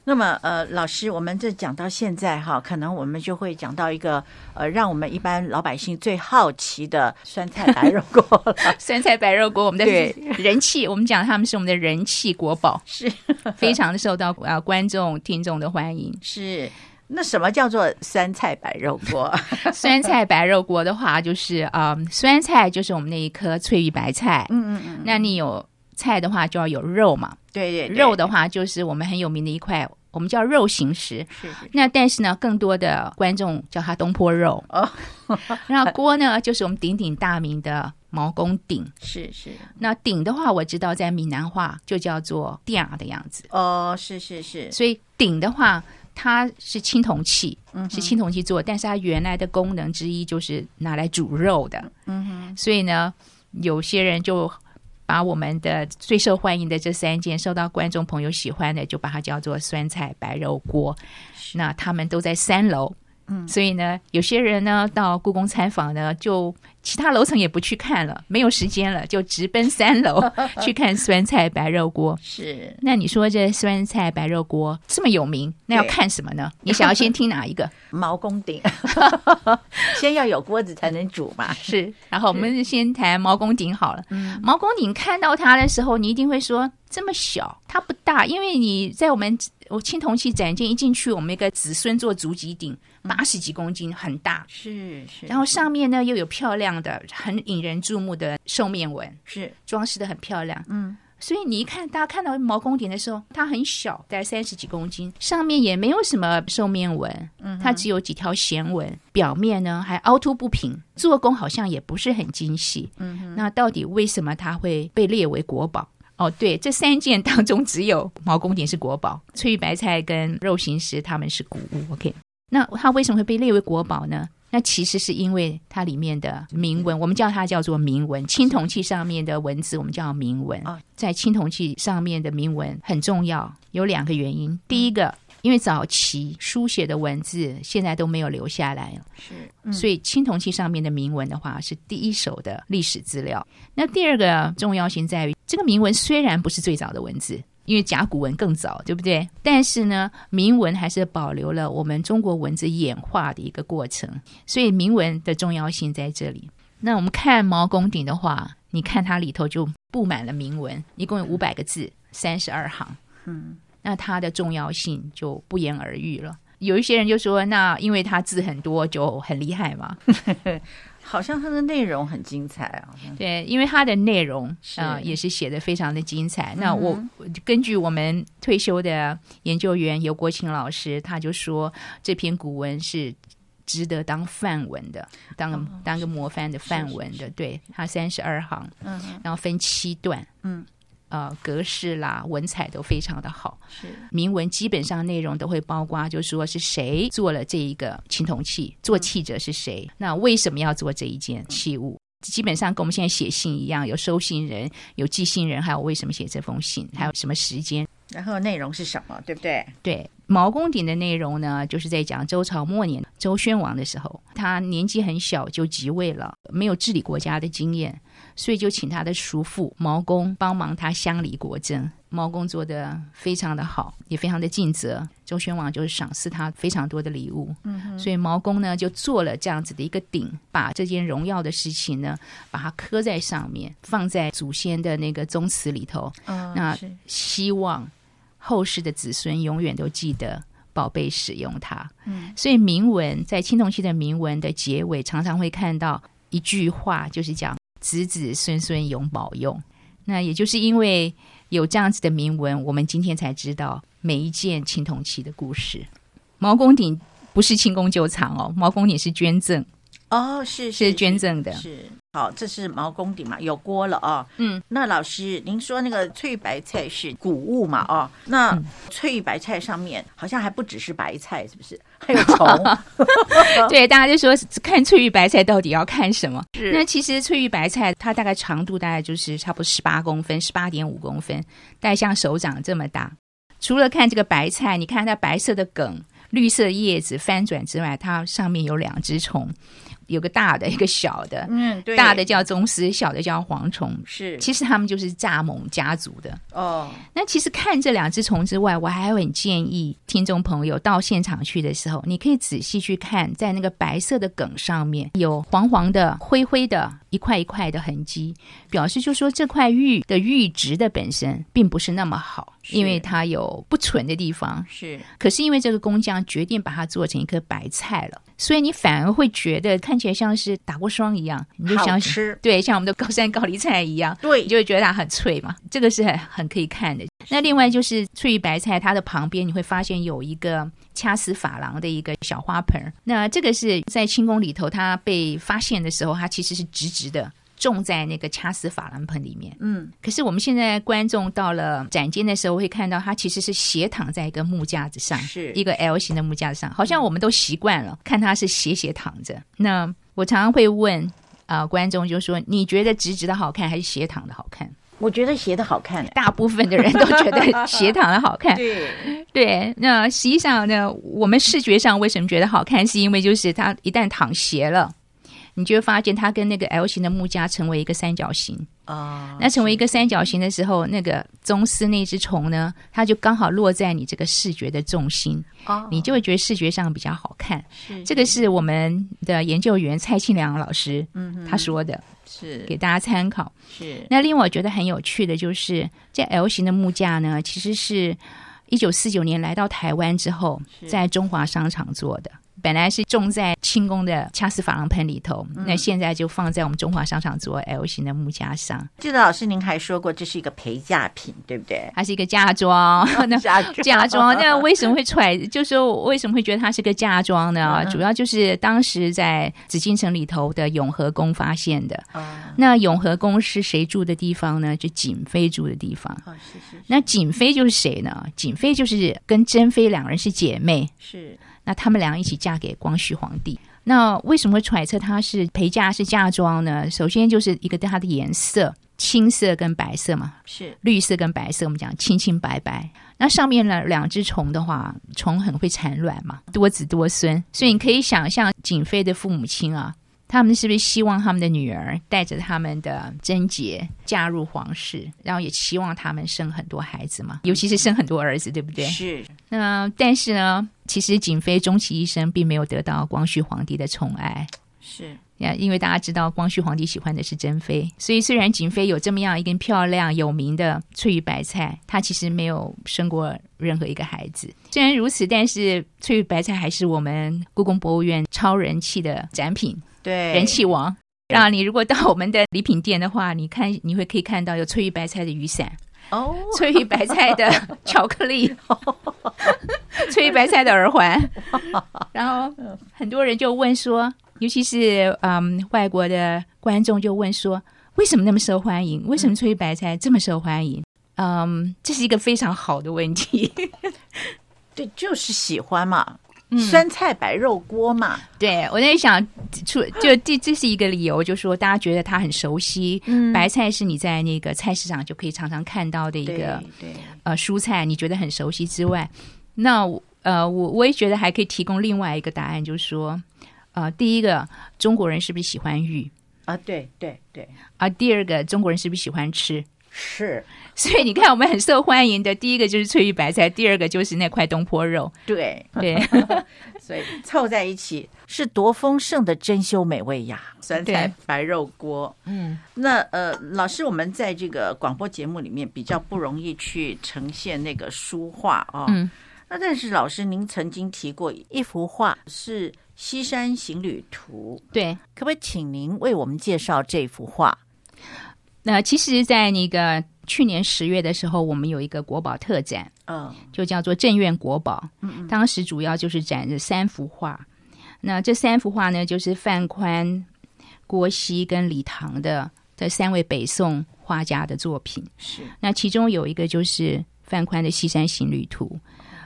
A: 那么呃，老师，我们这讲到现在哈，可能我们就会讲到一个呃，让我们一般老百姓最好奇的酸菜白肉锅了。
B: 酸菜白肉锅，我们的
A: 对
B: 人气，我们讲他们是我们的人气 国宝，
A: 是
B: 非常的受到啊、呃观众听众的 欢迎。
A: 是，那什么叫做酸菜白肉锅？
B: 酸菜白肉锅的话，就是啊、嗯酸菜就是我们那一颗翠玉白菜，
A: 嗯嗯嗯，
B: 那你有菜的话就要有肉嘛，
A: 对对对
B: 肉的话就是我们很有名的一块，我们叫肉形石。
A: 是是
B: 那但是呢，更多的观众叫它东坡肉。
A: 哦，
B: 那锅呢，就是我们鼎鼎大名的毛公鼎。
A: 是是
B: 那鼎的话，我知道在闽南话就叫做“嗲”的样子，
A: 哦，是是是
B: 所以鼎的话。它是青铜器，是青铜器做，但是它原来的功能之一就是拿来煮肉的。嗯哼，所以呢，有些人就把我们的最受欢迎的这三件受到观众朋友喜欢的，就把它叫做酸菜白肉锅。那他们都在三楼。嗯，所以呢，有些人呢到故宫参访呢，就其他楼层也不去看了，没有时间了，就直奔三 楼去看酸菜白肉锅。
A: 是，
B: 那你说这酸菜白肉锅这么有名，那要
A: 对
B: 看什么呢？你想要先听哪一个？
A: 毛公 鼎，先要有锅子才能煮嘛。
B: 是，然后我们先谈毛公鼎好了。毛公鼎看到它的时候，你一定会说这么小，它不大，因为你在我们我青铜器展件一进去，我们一个子孙做足脊鼎，八十几公斤，很大。
A: 是是，
B: 然后上面呢又有漂亮的、很引人注目的兽面纹，
A: 是
B: 装饰的很漂亮。
A: 嗯，
B: 所以你一看，大家看到毛公鼎的时候，它很小，大概三十几公斤，上面也没有什么兽面纹，嗯，它只有几条弦纹，表面呢还凹凸不平，做工好像也不是很精细。嗯，那到底为什么它会被列为国宝？哦，对，这三件当中只有毛公鼎是国宝，翠玉白菜跟肉形石它们是古物。OK，那它为什么会被列为国宝呢？那其实是因为它里面的铭文，我们叫它叫做铭文，青铜器上面的文字我们叫铭文
A: 啊。
B: 在青铜器上面的铭文很重要，有两个原因。第一个，因为早期书写的文字现在都没有留下来了，
A: 是
B: 所以青铜器上面的铭文的话是第一手的历史资料。那第二个重要性在于，这个铭文虽然不是最早的文字。因为甲骨文更早，对不对？但是呢，铭文还是保留了我们中国文字演化的一个过程，所以铭文的重要性在这里。那我们看毛公鼎的话，你看它里头就布满了铭文，一共有五百个字，三十二行。
A: 嗯，
B: 那它的重要性就不言而喻了。有一些人就说，那因为它字很多就很厉害嘛，
A: 好像它的内容很精彩啊。
B: 对，因为它的内容
A: 是嗯
B: 啊、也是写的非常的精彩。那我呃根据我们退休的研究员尤国清老师，他就说这篇古文是值得当范文的，当
A: 哦
B: 个当个模范的范文的，对，它三十二行，
A: 嗯哼，
B: 然后分七段，
A: 嗯，
B: 呃，格式啦、文采都非常的好。
A: 是
B: 铭文基本上内容都会包括，就说是谁做了这一个青铜器，做器者是谁，那为什么要做这一件器物？基本上跟我们现在写信一样，有收信人、有寄信人，还有为什么写这封信，还有什么时间。
A: 然后内容是什么，对不对？
B: 对，毛公鼎的内容呢，就是在讲周朝末年周宣王的时候，他年纪很小就即位了，没有治理国家的经验，所以就请他的叔父毛公帮忙他乡里国政。毛公做的非常的好，也非常的尽责，周宣王就是赏赐他非常多的礼物。嗯，所以毛公呢就做了这样子的一个鼎，把这件荣耀的事情呢，把它刻在上面，放在祖先的那个宗祠里头，
A: 嗯
B: 那
A: 是
B: 希望后世的子孙永远都记得宝贝使用它。
A: 嗯，
B: 所以铭文在青铜器的铭文的结尾，常常会看到一句话，就是讲“子子孙孙永保佑”。那也就是因为有这样子的铭文，我们今天才知道每一件青铜器的故事。毛公鼎不是清宫旧藏哦，毛公鼎是捐赠，
A: 哦，是
B: 是捐
A: 是
B: 赠的。
A: 是。好，这是毛公鼎嘛，有锅了哦。
B: 嗯，
A: 那老师，您说那个翠白菜是谷物嘛？哦，那
B: 嗯
A: 翠白菜上面好像还不只是白菜，是不是？还有 虫。
B: 对，大家就说看翠玉白菜到底要看什么？那其实翠玉白菜它大概长度大概就是差不多十八公分，十八点五公分，大概像手掌这么大。除了看这个白菜，你看它白色的梗、绿色叶子翻转之外，它上面有两只虫，有个大的，一个小的。
A: 嗯，对，
B: 大的叫宗师，小的叫蝗虫。
A: 是
B: 其实它们就是蚱蜢家族的。
A: 哦，
B: 那其实看这两只虫之外，我还很建议听众朋友到现场去的时候，你可以仔细去看，在那个白色的梗上面有黄黄的、灰灰的、一块一块的痕迹，表示就说这块玉的玉质的本身并不是那么好，
A: 是
B: 因为它有不纯的地方。
A: 是
B: 可是因为这个工匠决定把它做成一颗白菜了，所以你反而会觉得看起来像是打过霜一样，你就
A: 好
B: 想起
A: 吃。
B: 对，像我们的高山高丽菜一样。
A: 对
B: 你，就会觉得它很脆嘛，这个是很很可以看的。那另外就是翠玉白菜，它的旁边你会发现有一个掐死珐琅的一个小花盆儿，那这个是在清宫里头，它被发现的时候，它其实是直直的。种在那个掐死珐琅盆里面，
A: 嗯，
B: 可是我们现在观众到了展间的时候，会看到它其实是斜躺在一个木架子上，
A: 是嗯
B: 一个 L 型的木架子上，好像我们都习惯了看它是斜斜躺着。那我常常会问啊、呃观众就说你觉得直直的好看还是斜躺的好看？
A: 我觉得斜的好看。
B: 大部分的人都觉得斜躺的好 看。
A: 对，
B: 对，那实际上呢，我们视觉上为什么觉得好看，是因为就是它一旦躺斜了。你就会发现它跟那个 L 型的木架成为一个三角形。
A: 啊，
B: 那成为一个三角形的时候，那个宗师那只虫呢，它就刚好落在你这个视觉的重心，
A: 哦
B: 你就会觉得视觉上比较好看。
A: 是
B: 这个是我们的研究员蔡庆良老师
A: 嗯
B: 他说的，
A: 是
B: 给大家参考。
A: 是
B: 那另外我觉得很有趣的就是，这 L 型的木架呢，其实是一九四九年来到台湾之后，
A: 是
B: 在中华商场做的。本来是种在清宫的掐丝珐琅盆里头，
A: 嗯
B: 那现在就放在我们中华商场做 L 型的木架上，
A: 记得老师您还说过这是一个陪嫁品，对不 对？
B: 它是一个 嫁妆。哦那
A: 嫁 妆
B: 嫁妆，那为什么会揣？就是说为什么会觉得它是个嫁妆呢？主要就是当时在紫禁城里头的永和宫发现的。
A: 啊，
B: 那永和宫是谁住的地方呢？就景妃住的地方。
A: 哦，是是
B: 那瑾妃就是谁呢？瑾妃就是跟珍妃两人是姐妹，
A: 是
B: 那她们俩一起嫁给光绪皇帝。那为什么会揣测她是陪嫁是嫁妆呢？首先就是一个它的颜色，青色跟白色嘛，
A: 是
B: 绿色跟白色，我们讲清清白白。那上面呢，两只虫的话，虫很会产卵嘛，多子多孙，所以你可以想象景妃的父母亲啊，他们是不是希望他们的女儿带着他们的贞洁嫁入皇室，然后也期望他们生很多孩子嘛，尤其是生很多儿子，对不对？
A: 是
B: 那但是呢，其实景妃终其一生并没有得到光绪皇帝的宠爱，
A: 是
B: 呀，因为大家知道光绪皇帝喜欢的是珍妃，所以虽然景妃有这么样一根漂亮有名的翠玉白菜，她其实没有生过任何一个孩子。虽然如此，但是翠玉白菜还是我们故宫博物院超人气的展品，
A: 对
B: 人气王。让你如果到我们的礼品店的话，你看你会可以看到有翠玉 白菜的雨伞、
A: 哦，
B: 翠玉白菜的巧克力、翠玉哦白菜的耳环。 然后很多人就问说，尤其是嗯外国的观众就问说，为什么那么受欢迎？为
A: 嗯
B: 什么翠玉白菜这么受欢迎？嗯，这是一个非常好的问 题。
A: 对，就是喜欢嘛，
B: 嗯
A: 酸菜白肉锅嘛，
B: 对我在想，出就这这是一个理由，就说大家觉得它很熟悉。
A: 嗯
B: 白菜是你在那个菜市场就可以常常看到的一
A: 对
B: 个
A: 对，
B: 呃蔬菜，你觉得很熟悉之外，那我呃我我也觉得还可以提供另外一个答案，就是说，呃，第一个中国人是不是喜欢玉
A: 啊，对对对，
B: 啊？第二个中国人是不是喜欢吃？
A: 是，
B: 所以你看，我们很受欢迎的，第一个就是翠玉白菜，第二个就是那块东坡肉，
A: 对，
B: 对
A: 所以凑在一起是多丰盛的珍馐美味呀！酸菜
B: 对
A: 白肉锅，嗯，那呃，老师，我们在这个广播节目里面比较不容易去呈现那个书画哦，
B: 嗯，
A: 那但是老师您曾经提过一幅画是《西山行旅图
B: 对。》，
A: 可不可以请您为我们介绍这幅画？
B: 那其实，在那个去年十月的时候，我们有一个国宝特展，
A: 嗯，
B: 就叫做镇院国宝。当时主要就是展着三幅画，那这三幅画呢，就是范宽、郭熙跟李唐的这三位北宋画家的作品。
A: 是，
B: 那其中有一个就是范宽的《西山行旅图》，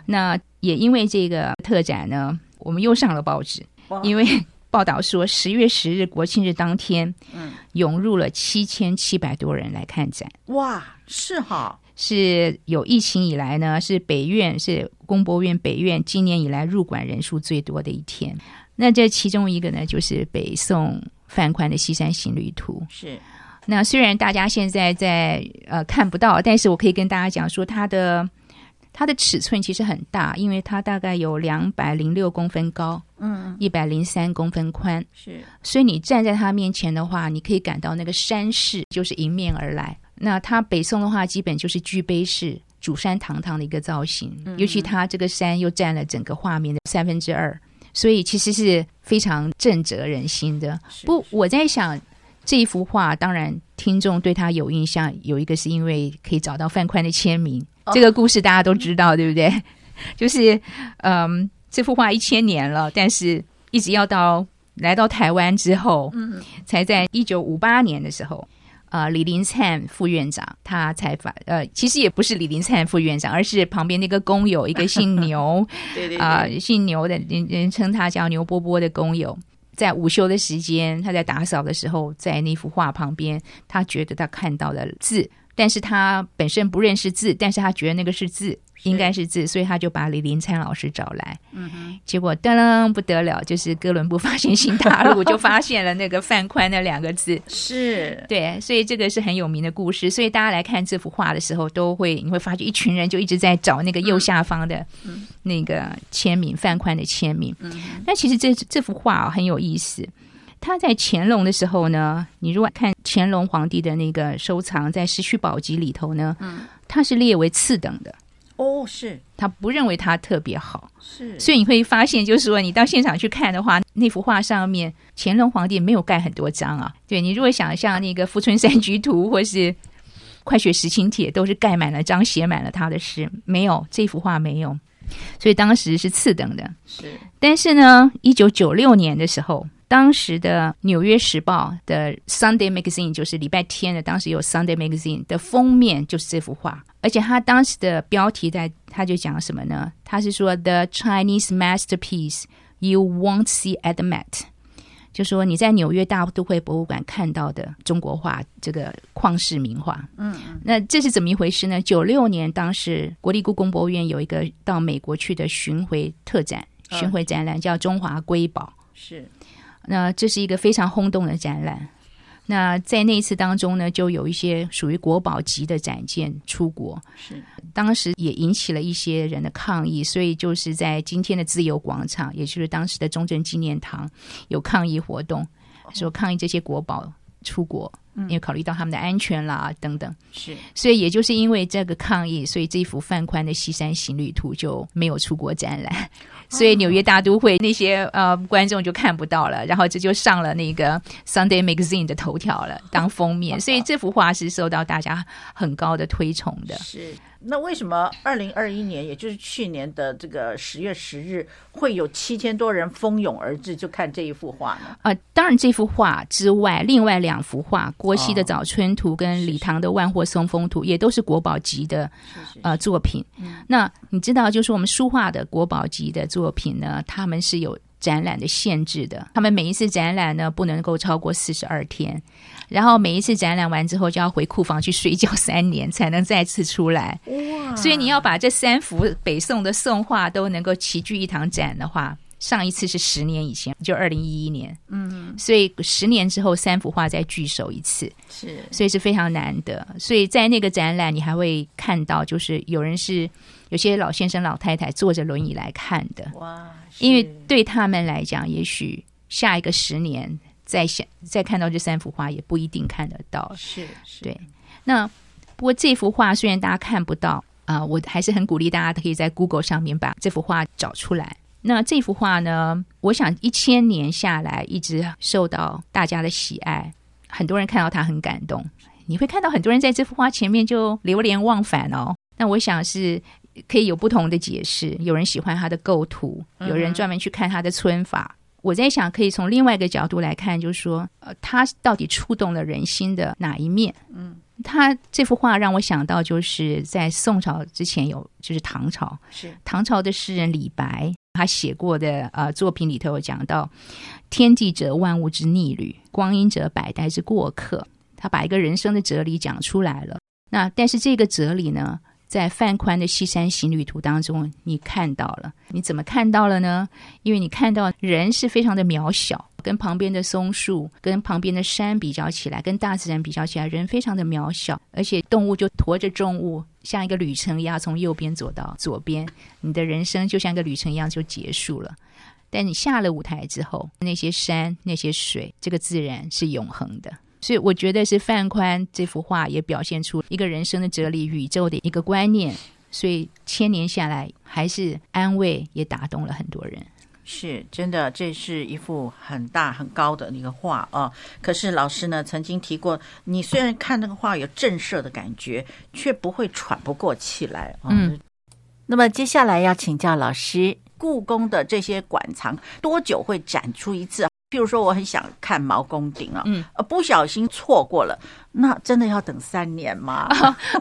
B: 那也因为这个特展呢，我们又上了报纸
A: 哇，
B: 因为报道说十月十日国庆日当天，
A: 嗯
B: 涌入了七千七百多人来看展。
A: 哇，是哈，
B: 是有疫情以来呢，是北院是工博院北院今年以来入馆人数最多的一天。那这其中一个呢，就是北宋范宽的《西山行旅图》。
A: 是，
B: 那虽然大家现在在呃看不到，但是我可以跟大家讲说，它的它的尺寸其实很大，因为它大概有两百零六公分高，
A: 嗯，
B: 一百零三公分宽，
A: 是，
B: 所以你站在它面前的话，你可以感到那个山势就是迎面而来。那它北宋的话，基本就是居碑式。主山堂堂的一个造型，
A: 嗯
B: 尤其它这个山又占了整个画面的三分之二，所以其实是非常震慑人心的。
A: 是
B: 不，我在想这一幅画，当然听众对他有印象，有一个是因为可以找到范宽的签名，
A: 哦
B: 这个故事大家都知道，对不对？ 就是嗯，这幅画一千年了，但是一直要到来到台湾之后，嗯，才在一九五八年的时候。呃，李林灿副院长他才发，呃，其实也不是李林灿副院长，而是旁边那个工友，一个姓牛，
A: 对对
B: 啊、
A: 对，
B: 姓牛的人人称他叫牛波波的工友，在午休的时间，他在打扫的时候，在那幅画旁边，他觉得他看到了字，但是他本身不认识字，但是他觉得那个是字，应该是字，所以他就把李林灿老师找来。嗯结果噔噔不得了，就是哥伦布发现新大 陆，就发现了那个范宽那两个字。
A: 是，
B: 对，所以这个是很有名的故事，所以大家来看这幅画的时候，都会你会发觉一群人就一直在找那个右下方的那个签名，范宽的签名。那其实这这幅画、哦、很有意思。他在乾隆的时候呢，你如果看乾隆皇帝的那个收藏，在《石渠宝笈》里头呢，他是列为次等的，
A: 哦，是
B: 他不认为它特别好。
A: 是，
B: 所以你会发现，就是说你到现场去看的话，那幅画上面乾隆皇帝没有盖很多张啊。对你如果想像那个《富春山居图》或是《快雪时晴帖》，都是盖满了章，写满了他的诗，没有这幅画没有，所以当时是次等的。
A: 是
B: 但是呢，一九九六年的时候，当时的《纽约时报》的 Sunday Magazine 就是礼拜天的，当时有 Sunday Magazine 的封面就是这幅画，而且它当时的标题在它就讲什么呢？它是说 The Chinese masterpiece you won't see at the Met。就说你在纽约大都会博物馆看到的中国画，这个旷世名画，嗯，那这是怎么一回事呢？九六年，当时国立故宫博物院有一个到美国去的巡回特展，
A: 嗯
B: 巡回展览叫《中华瑰宝》，
A: 是，
B: 那这是一个非常轰动的展览。那在那一次当中呢，就有一些属于国宝级的展件出国，
A: 是
B: 当时也引起了一些人的抗议，所以就是在今天的自由广场，也就是当时的中正纪念堂，有抗议活动，说抗议这些国宝出国。因为考虑到他们的安全啦等等。
A: 是
B: 所以也就是因为这个抗议，所以这幅范宽的《西山行旅图》就没有出国展览，所以纽约大都会那些呃观众就看不到了，然后这就上了那个 Sunday Magazine 的头条了，当封面，所以这幅画是受到大家很高的推崇的。
A: 是。那为什么二零二一年，也就是去年的这个十月十日，会有七千多人蜂拥而至，就看这一幅画呢？
B: 呃，当然这幅画之外，另外两幅画，郭熙的
A: 哦
B: 《早春图》跟李唐的《万壑松风图》也都是国宝级的
A: 是嗯是
B: 呃作品。那你知道，就是我们书画的国宝级的作品呢，他们是有展览的限制的，他们每一次展览呢不能够超过四十二天，然后每一次展览完之后就要回库房去睡觉三年，才能再次出来。
A: 哇
B: 所以你要把这三幅北宋的宋画都能够齐聚一堂展的话，上一次是十年以前，就二零一一年，嗯，所以十年之后三幅画再聚首一次，
A: 是
B: 所以是非常难得。所以在那个展览，你还会看到，就是有人是有些老先生、老太太坐着轮椅来看的，
A: 哇，
B: 因为
A: 是
B: 对他们来讲，也许下一个十年再想再看到这三幅画，也不一定看得到。
A: 是是
B: 对那不过这幅画虽然大家看不到啊、我还是很鼓励大家可以在 Google 上面把这幅画找出来。那这幅画呢，我想一千年下来一直受到大家的喜爱，很多人看到它很感动。你会看到很多人在这幅画前面就流连忘返哦。那我想是可以有不同的解释，有人喜欢它的构图，有人专门去看它的皴法。我在想，可以从另外一个角度来看，就是说，呃，它到底触动了人心的哪一面？他这幅画让我想到，就是在宋朝之前有，就是唐朝，
A: 是
B: 唐朝的诗人李白，他写过的呃作品里头有讲到“天地者，万物之逆旅；光阴者，百代之过客”。他把一个人生的哲理讲出来了。那但是这个哲理呢，在范宽的《西山行旅图》当中，你看到了。你怎么看到了呢？因为你看到人是非常的渺小，跟旁边的松树、跟旁边的山比较起来，跟大自然比较起来，人非常的渺小，而且动物就驮着重物，像一个旅程一样从右边走到左边，你的人生就像一个旅程一样就结束了。但你下了舞台之后，那些山、那些水，这个自然是永恒的。所以我觉得是范宽这幅画也表现出一个人生的哲理、宇宙的一个观念。所以千年下来，还是安慰也打动了很多人。
A: 是真的，这是一幅很大很高的一个画啊。可是老师呢曾经提过，你虽然看那个画有震慑的感觉，却不会喘不过气来啊。
B: 嗯，
A: 那么接下来要请教老师，故宫的这些馆藏多久会展出一次？譬如说，我很想看毛公鼎啊，
B: 嗯
A: 呃，不小心错过了，那真的要等三年 吗？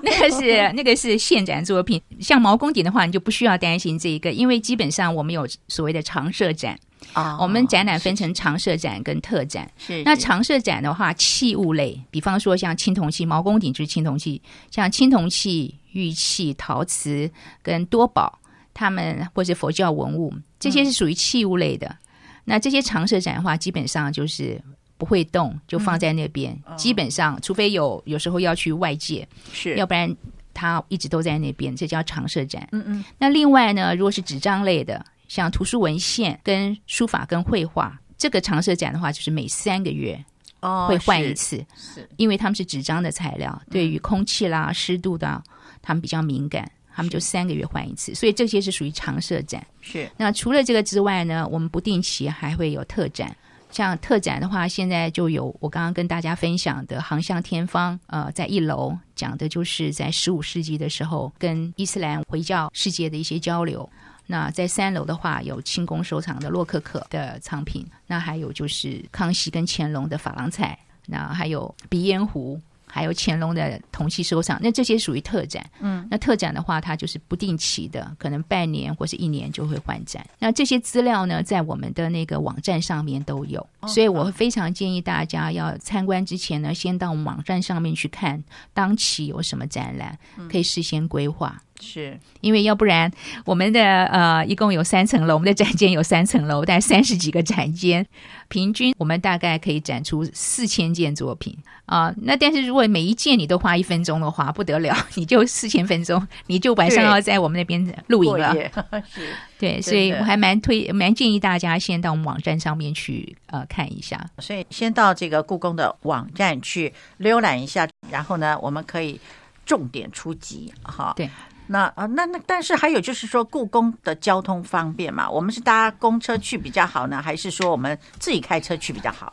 B: 那个是那个是现展作品，像毛公鼎的话，你就不需要担心这一个，因为基本上我们有所谓的常设展，
A: 啊
B: 我们展览分成常设展跟特展。
A: 是是
B: 那常设展的话，器物类，比方说像青铜器，毛公鼎就是青铜器，像青铜器、玉器、陶瓷跟多宝，它们或是佛教文物，这
A: 嗯
B: 些是属于器物类的。那这些常设展的话，基本上就是不会动，就放
A: 嗯
B: 在那边。
A: 哦
B: 基本上，除非有有时候要去外界，
A: 是
B: 要不然它一直都在那边，这叫常设展。
A: 嗯嗯
B: 那另外呢，如果是纸张类的，像图书文献、跟书法、跟绘画，这个常设展的话，就是每三个月
A: 哦
B: 会换一
A: 是嗯
B: 次，
A: 是
B: 因为他们是纸张的材料，对于空气啦、湿度的，他们比较敏感，他们就三个月换一次，所以这些是属于常设展。
A: 是
B: 那除了这个之外呢，我们不定期还会有特展。像特展的话，现在就有我刚刚跟大家分享的航向天方，呃，在一楼讲的就是在十五世纪的时候跟伊斯兰回教世界的一些交流。那在三楼的话，有清宫收藏的洛可可的藏品，那还有就是康熙跟乾隆的珐琅彩，那还有鼻烟壶，还有乾隆的铜器收藏，那这些属于特展。那特展的话，它就是不定期的，可能半年或是一年就会换展。那这些资料呢，在我们的那个网站上面都有，所以我非常建议大家要参观之前呢，先到我们网站上面去看当期有什么展览，可以事先规划。
A: 是
B: 因为要不然，我们的呃一共有三层楼，我们的展间有三层楼，大概三十几个展间，平均我们大概可以展出四 千件作品啊、那但是如果每一件你都花一分钟的话，不得了，你就四千分分钟，你就晚上
A: 对
B: 要在我们那边露营
A: 过
B: 了。
A: 夜是
B: 对，
A: 真
B: 所以
A: 的
B: 我还蛮推蛮建议大家先到我们网站上面去呃看一下。
A: 所以先到这个故宫的网站去浏览一下，然后呢，我们可以重点出击哈。
B: 对。
A: 那啊，那那，但是还有就是说，故宫的交通方便嘛？我们是搭公车去比较好呢，还是说我们自己开车去比较好？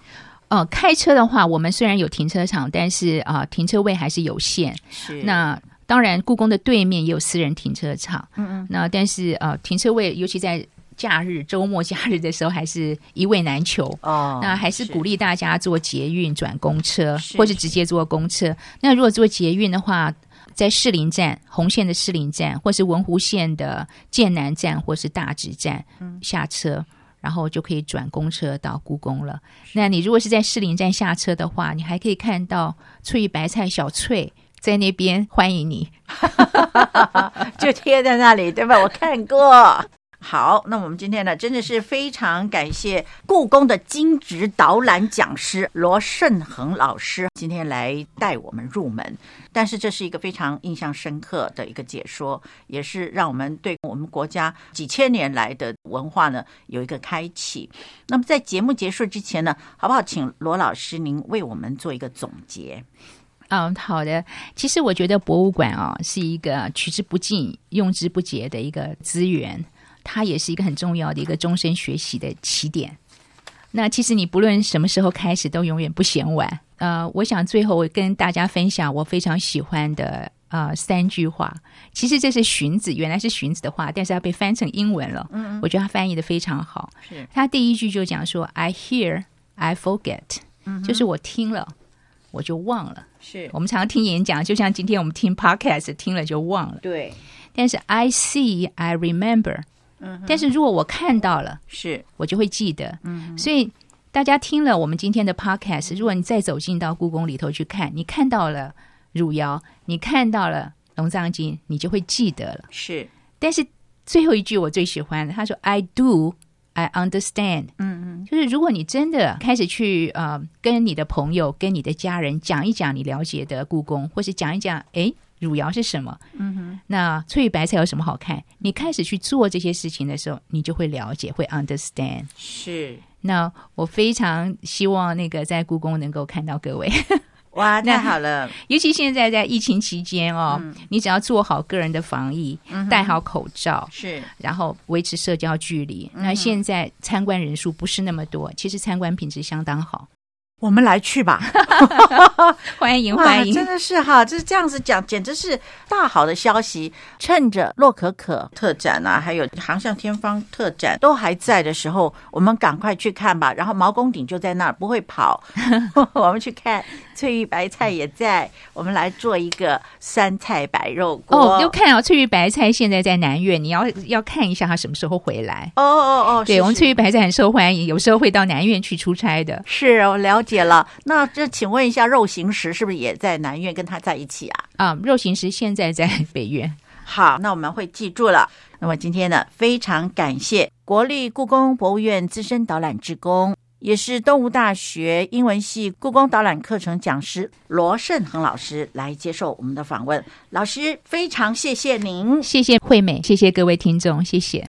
B: 呃，开车的话，我们虽然有停车场，但是啊、呃停车位还是有限。
A: 是
B: 那当然，故宫的对面也有私人停车场。嗯嗯。那但是呃，停车位尤其在假日、周末、假日的时候，还是一位难求。
A: 哦，
B: 那还是鼓励大家坐捷运转公车，
A: 是
B: 或是直接坐公车。那如果坐捷运的话，在士林站、红线的士林站，或是文湖线的剑南站，或是大直站、
A: 嗯
B: 下车，然后就可以转公车到故宫了。那你如果是在士林站下车的话，你还可以看到翠玉白菜小翠在那边欢迎你。
A: 就贴在那里，对吧？我看过。 好，那我们今天呢，真的是非常感谢故宫的金职导览讲师罗胜恒老师今天来带我们入门。但是这是一个非常印象深刻的一个解说，也是让我们对我们国家几千年来的文化呢有一个开启。那么在节目结束之前呢，好不好？请罗老师您为我们做一个总结。
B: 嗯，好的。其实我觉得博物馆啊、是一个取之不尽、用之不竭的一个资源，它也是一个很重要的一个终身学习的起点。那其实你不论什么时候开始，都永远不嫌晚。呃，我想最后我跟大家分享我非常喜欢的呃三句话。其实这是荀子，原来是荀子的话，但是它被翻成英文了。嗯我觉得他翻译的非常好。
A: 是
B: 他第一句就讲说：“I hear, I forget。”就是我听了，我就忘了。
A: 是，
B: 我们常常听演讲，就像今天我们听 podcast，听了就忘了。
A: 对，
B: 但是 I see, I remember。嗯，但是如果我看到了，
A: 是
B: 我就会记得。嗯，所以大家听了我们今天的 podcast，如果你再走进到故宫里头去看，你看到了汝窑，你看到了龙藏经，你就会记得了。
A: 是，
B: 但是最后一句我最喜欢的，他说 I do。I understand，嗯嗯，就是如果你真的开始去呃跟你的朋友、跟你的家人讲一讲你了解的故宫，或是讲一讲，诶，汝窑是什么？嗯哼，那翠玉白菜有什么好看？你开始去做这些事情的时候，你就会了解，会 understand。
A: 是。
B: 那我非常希望那个在故宫能够看到各位，
A: 哇，
B: 那
A: 太好了！
B: 尤其现在在疫情期间哦，你只要做好个人的防疫，戴好口罩，
A: 是
B: 然后维持社交距离。那现在参观人数不是那么多，其实参观品质相当好，
A: 我们来去吧，
B: 欢迎
A: 哇，
B: 欢迎
A: 真。的是哈，就是这样子讲，简直是大好的消息。趁着洛可可特展啊，还有航向天方特展都还在的时候，我们赶快去看吧。然后毛公鼎就在那儿，不会 跑，我们去看。翠玉白菜也在，我们来做一个酸菜白肉锅。
B: 哦，又看哦，翠玉白菜现在在南越，你要要看一下他什么时候回来。
A: 哦哦哦，
B: 对
A: 是
B: 我们
A: 是
B: 翠玉白菜很受欢迎，有时候会到南越去出差的。
A: 是我了解了。那这请问一下，肉形石是不是也在南苑跟他在一起啊？
B: 啊、肉形石现在在北越。
A: 好，那我们会记住了。那么今天呢，非常感谢国立故宫博物院资深导览职工，也是东吴大学英文系故宫导览课程讲师罗胜恒老师来接受我们的访问。老师，非常谢谢您。
B: 谢谢惠美，谢谢各位听众，谢谢。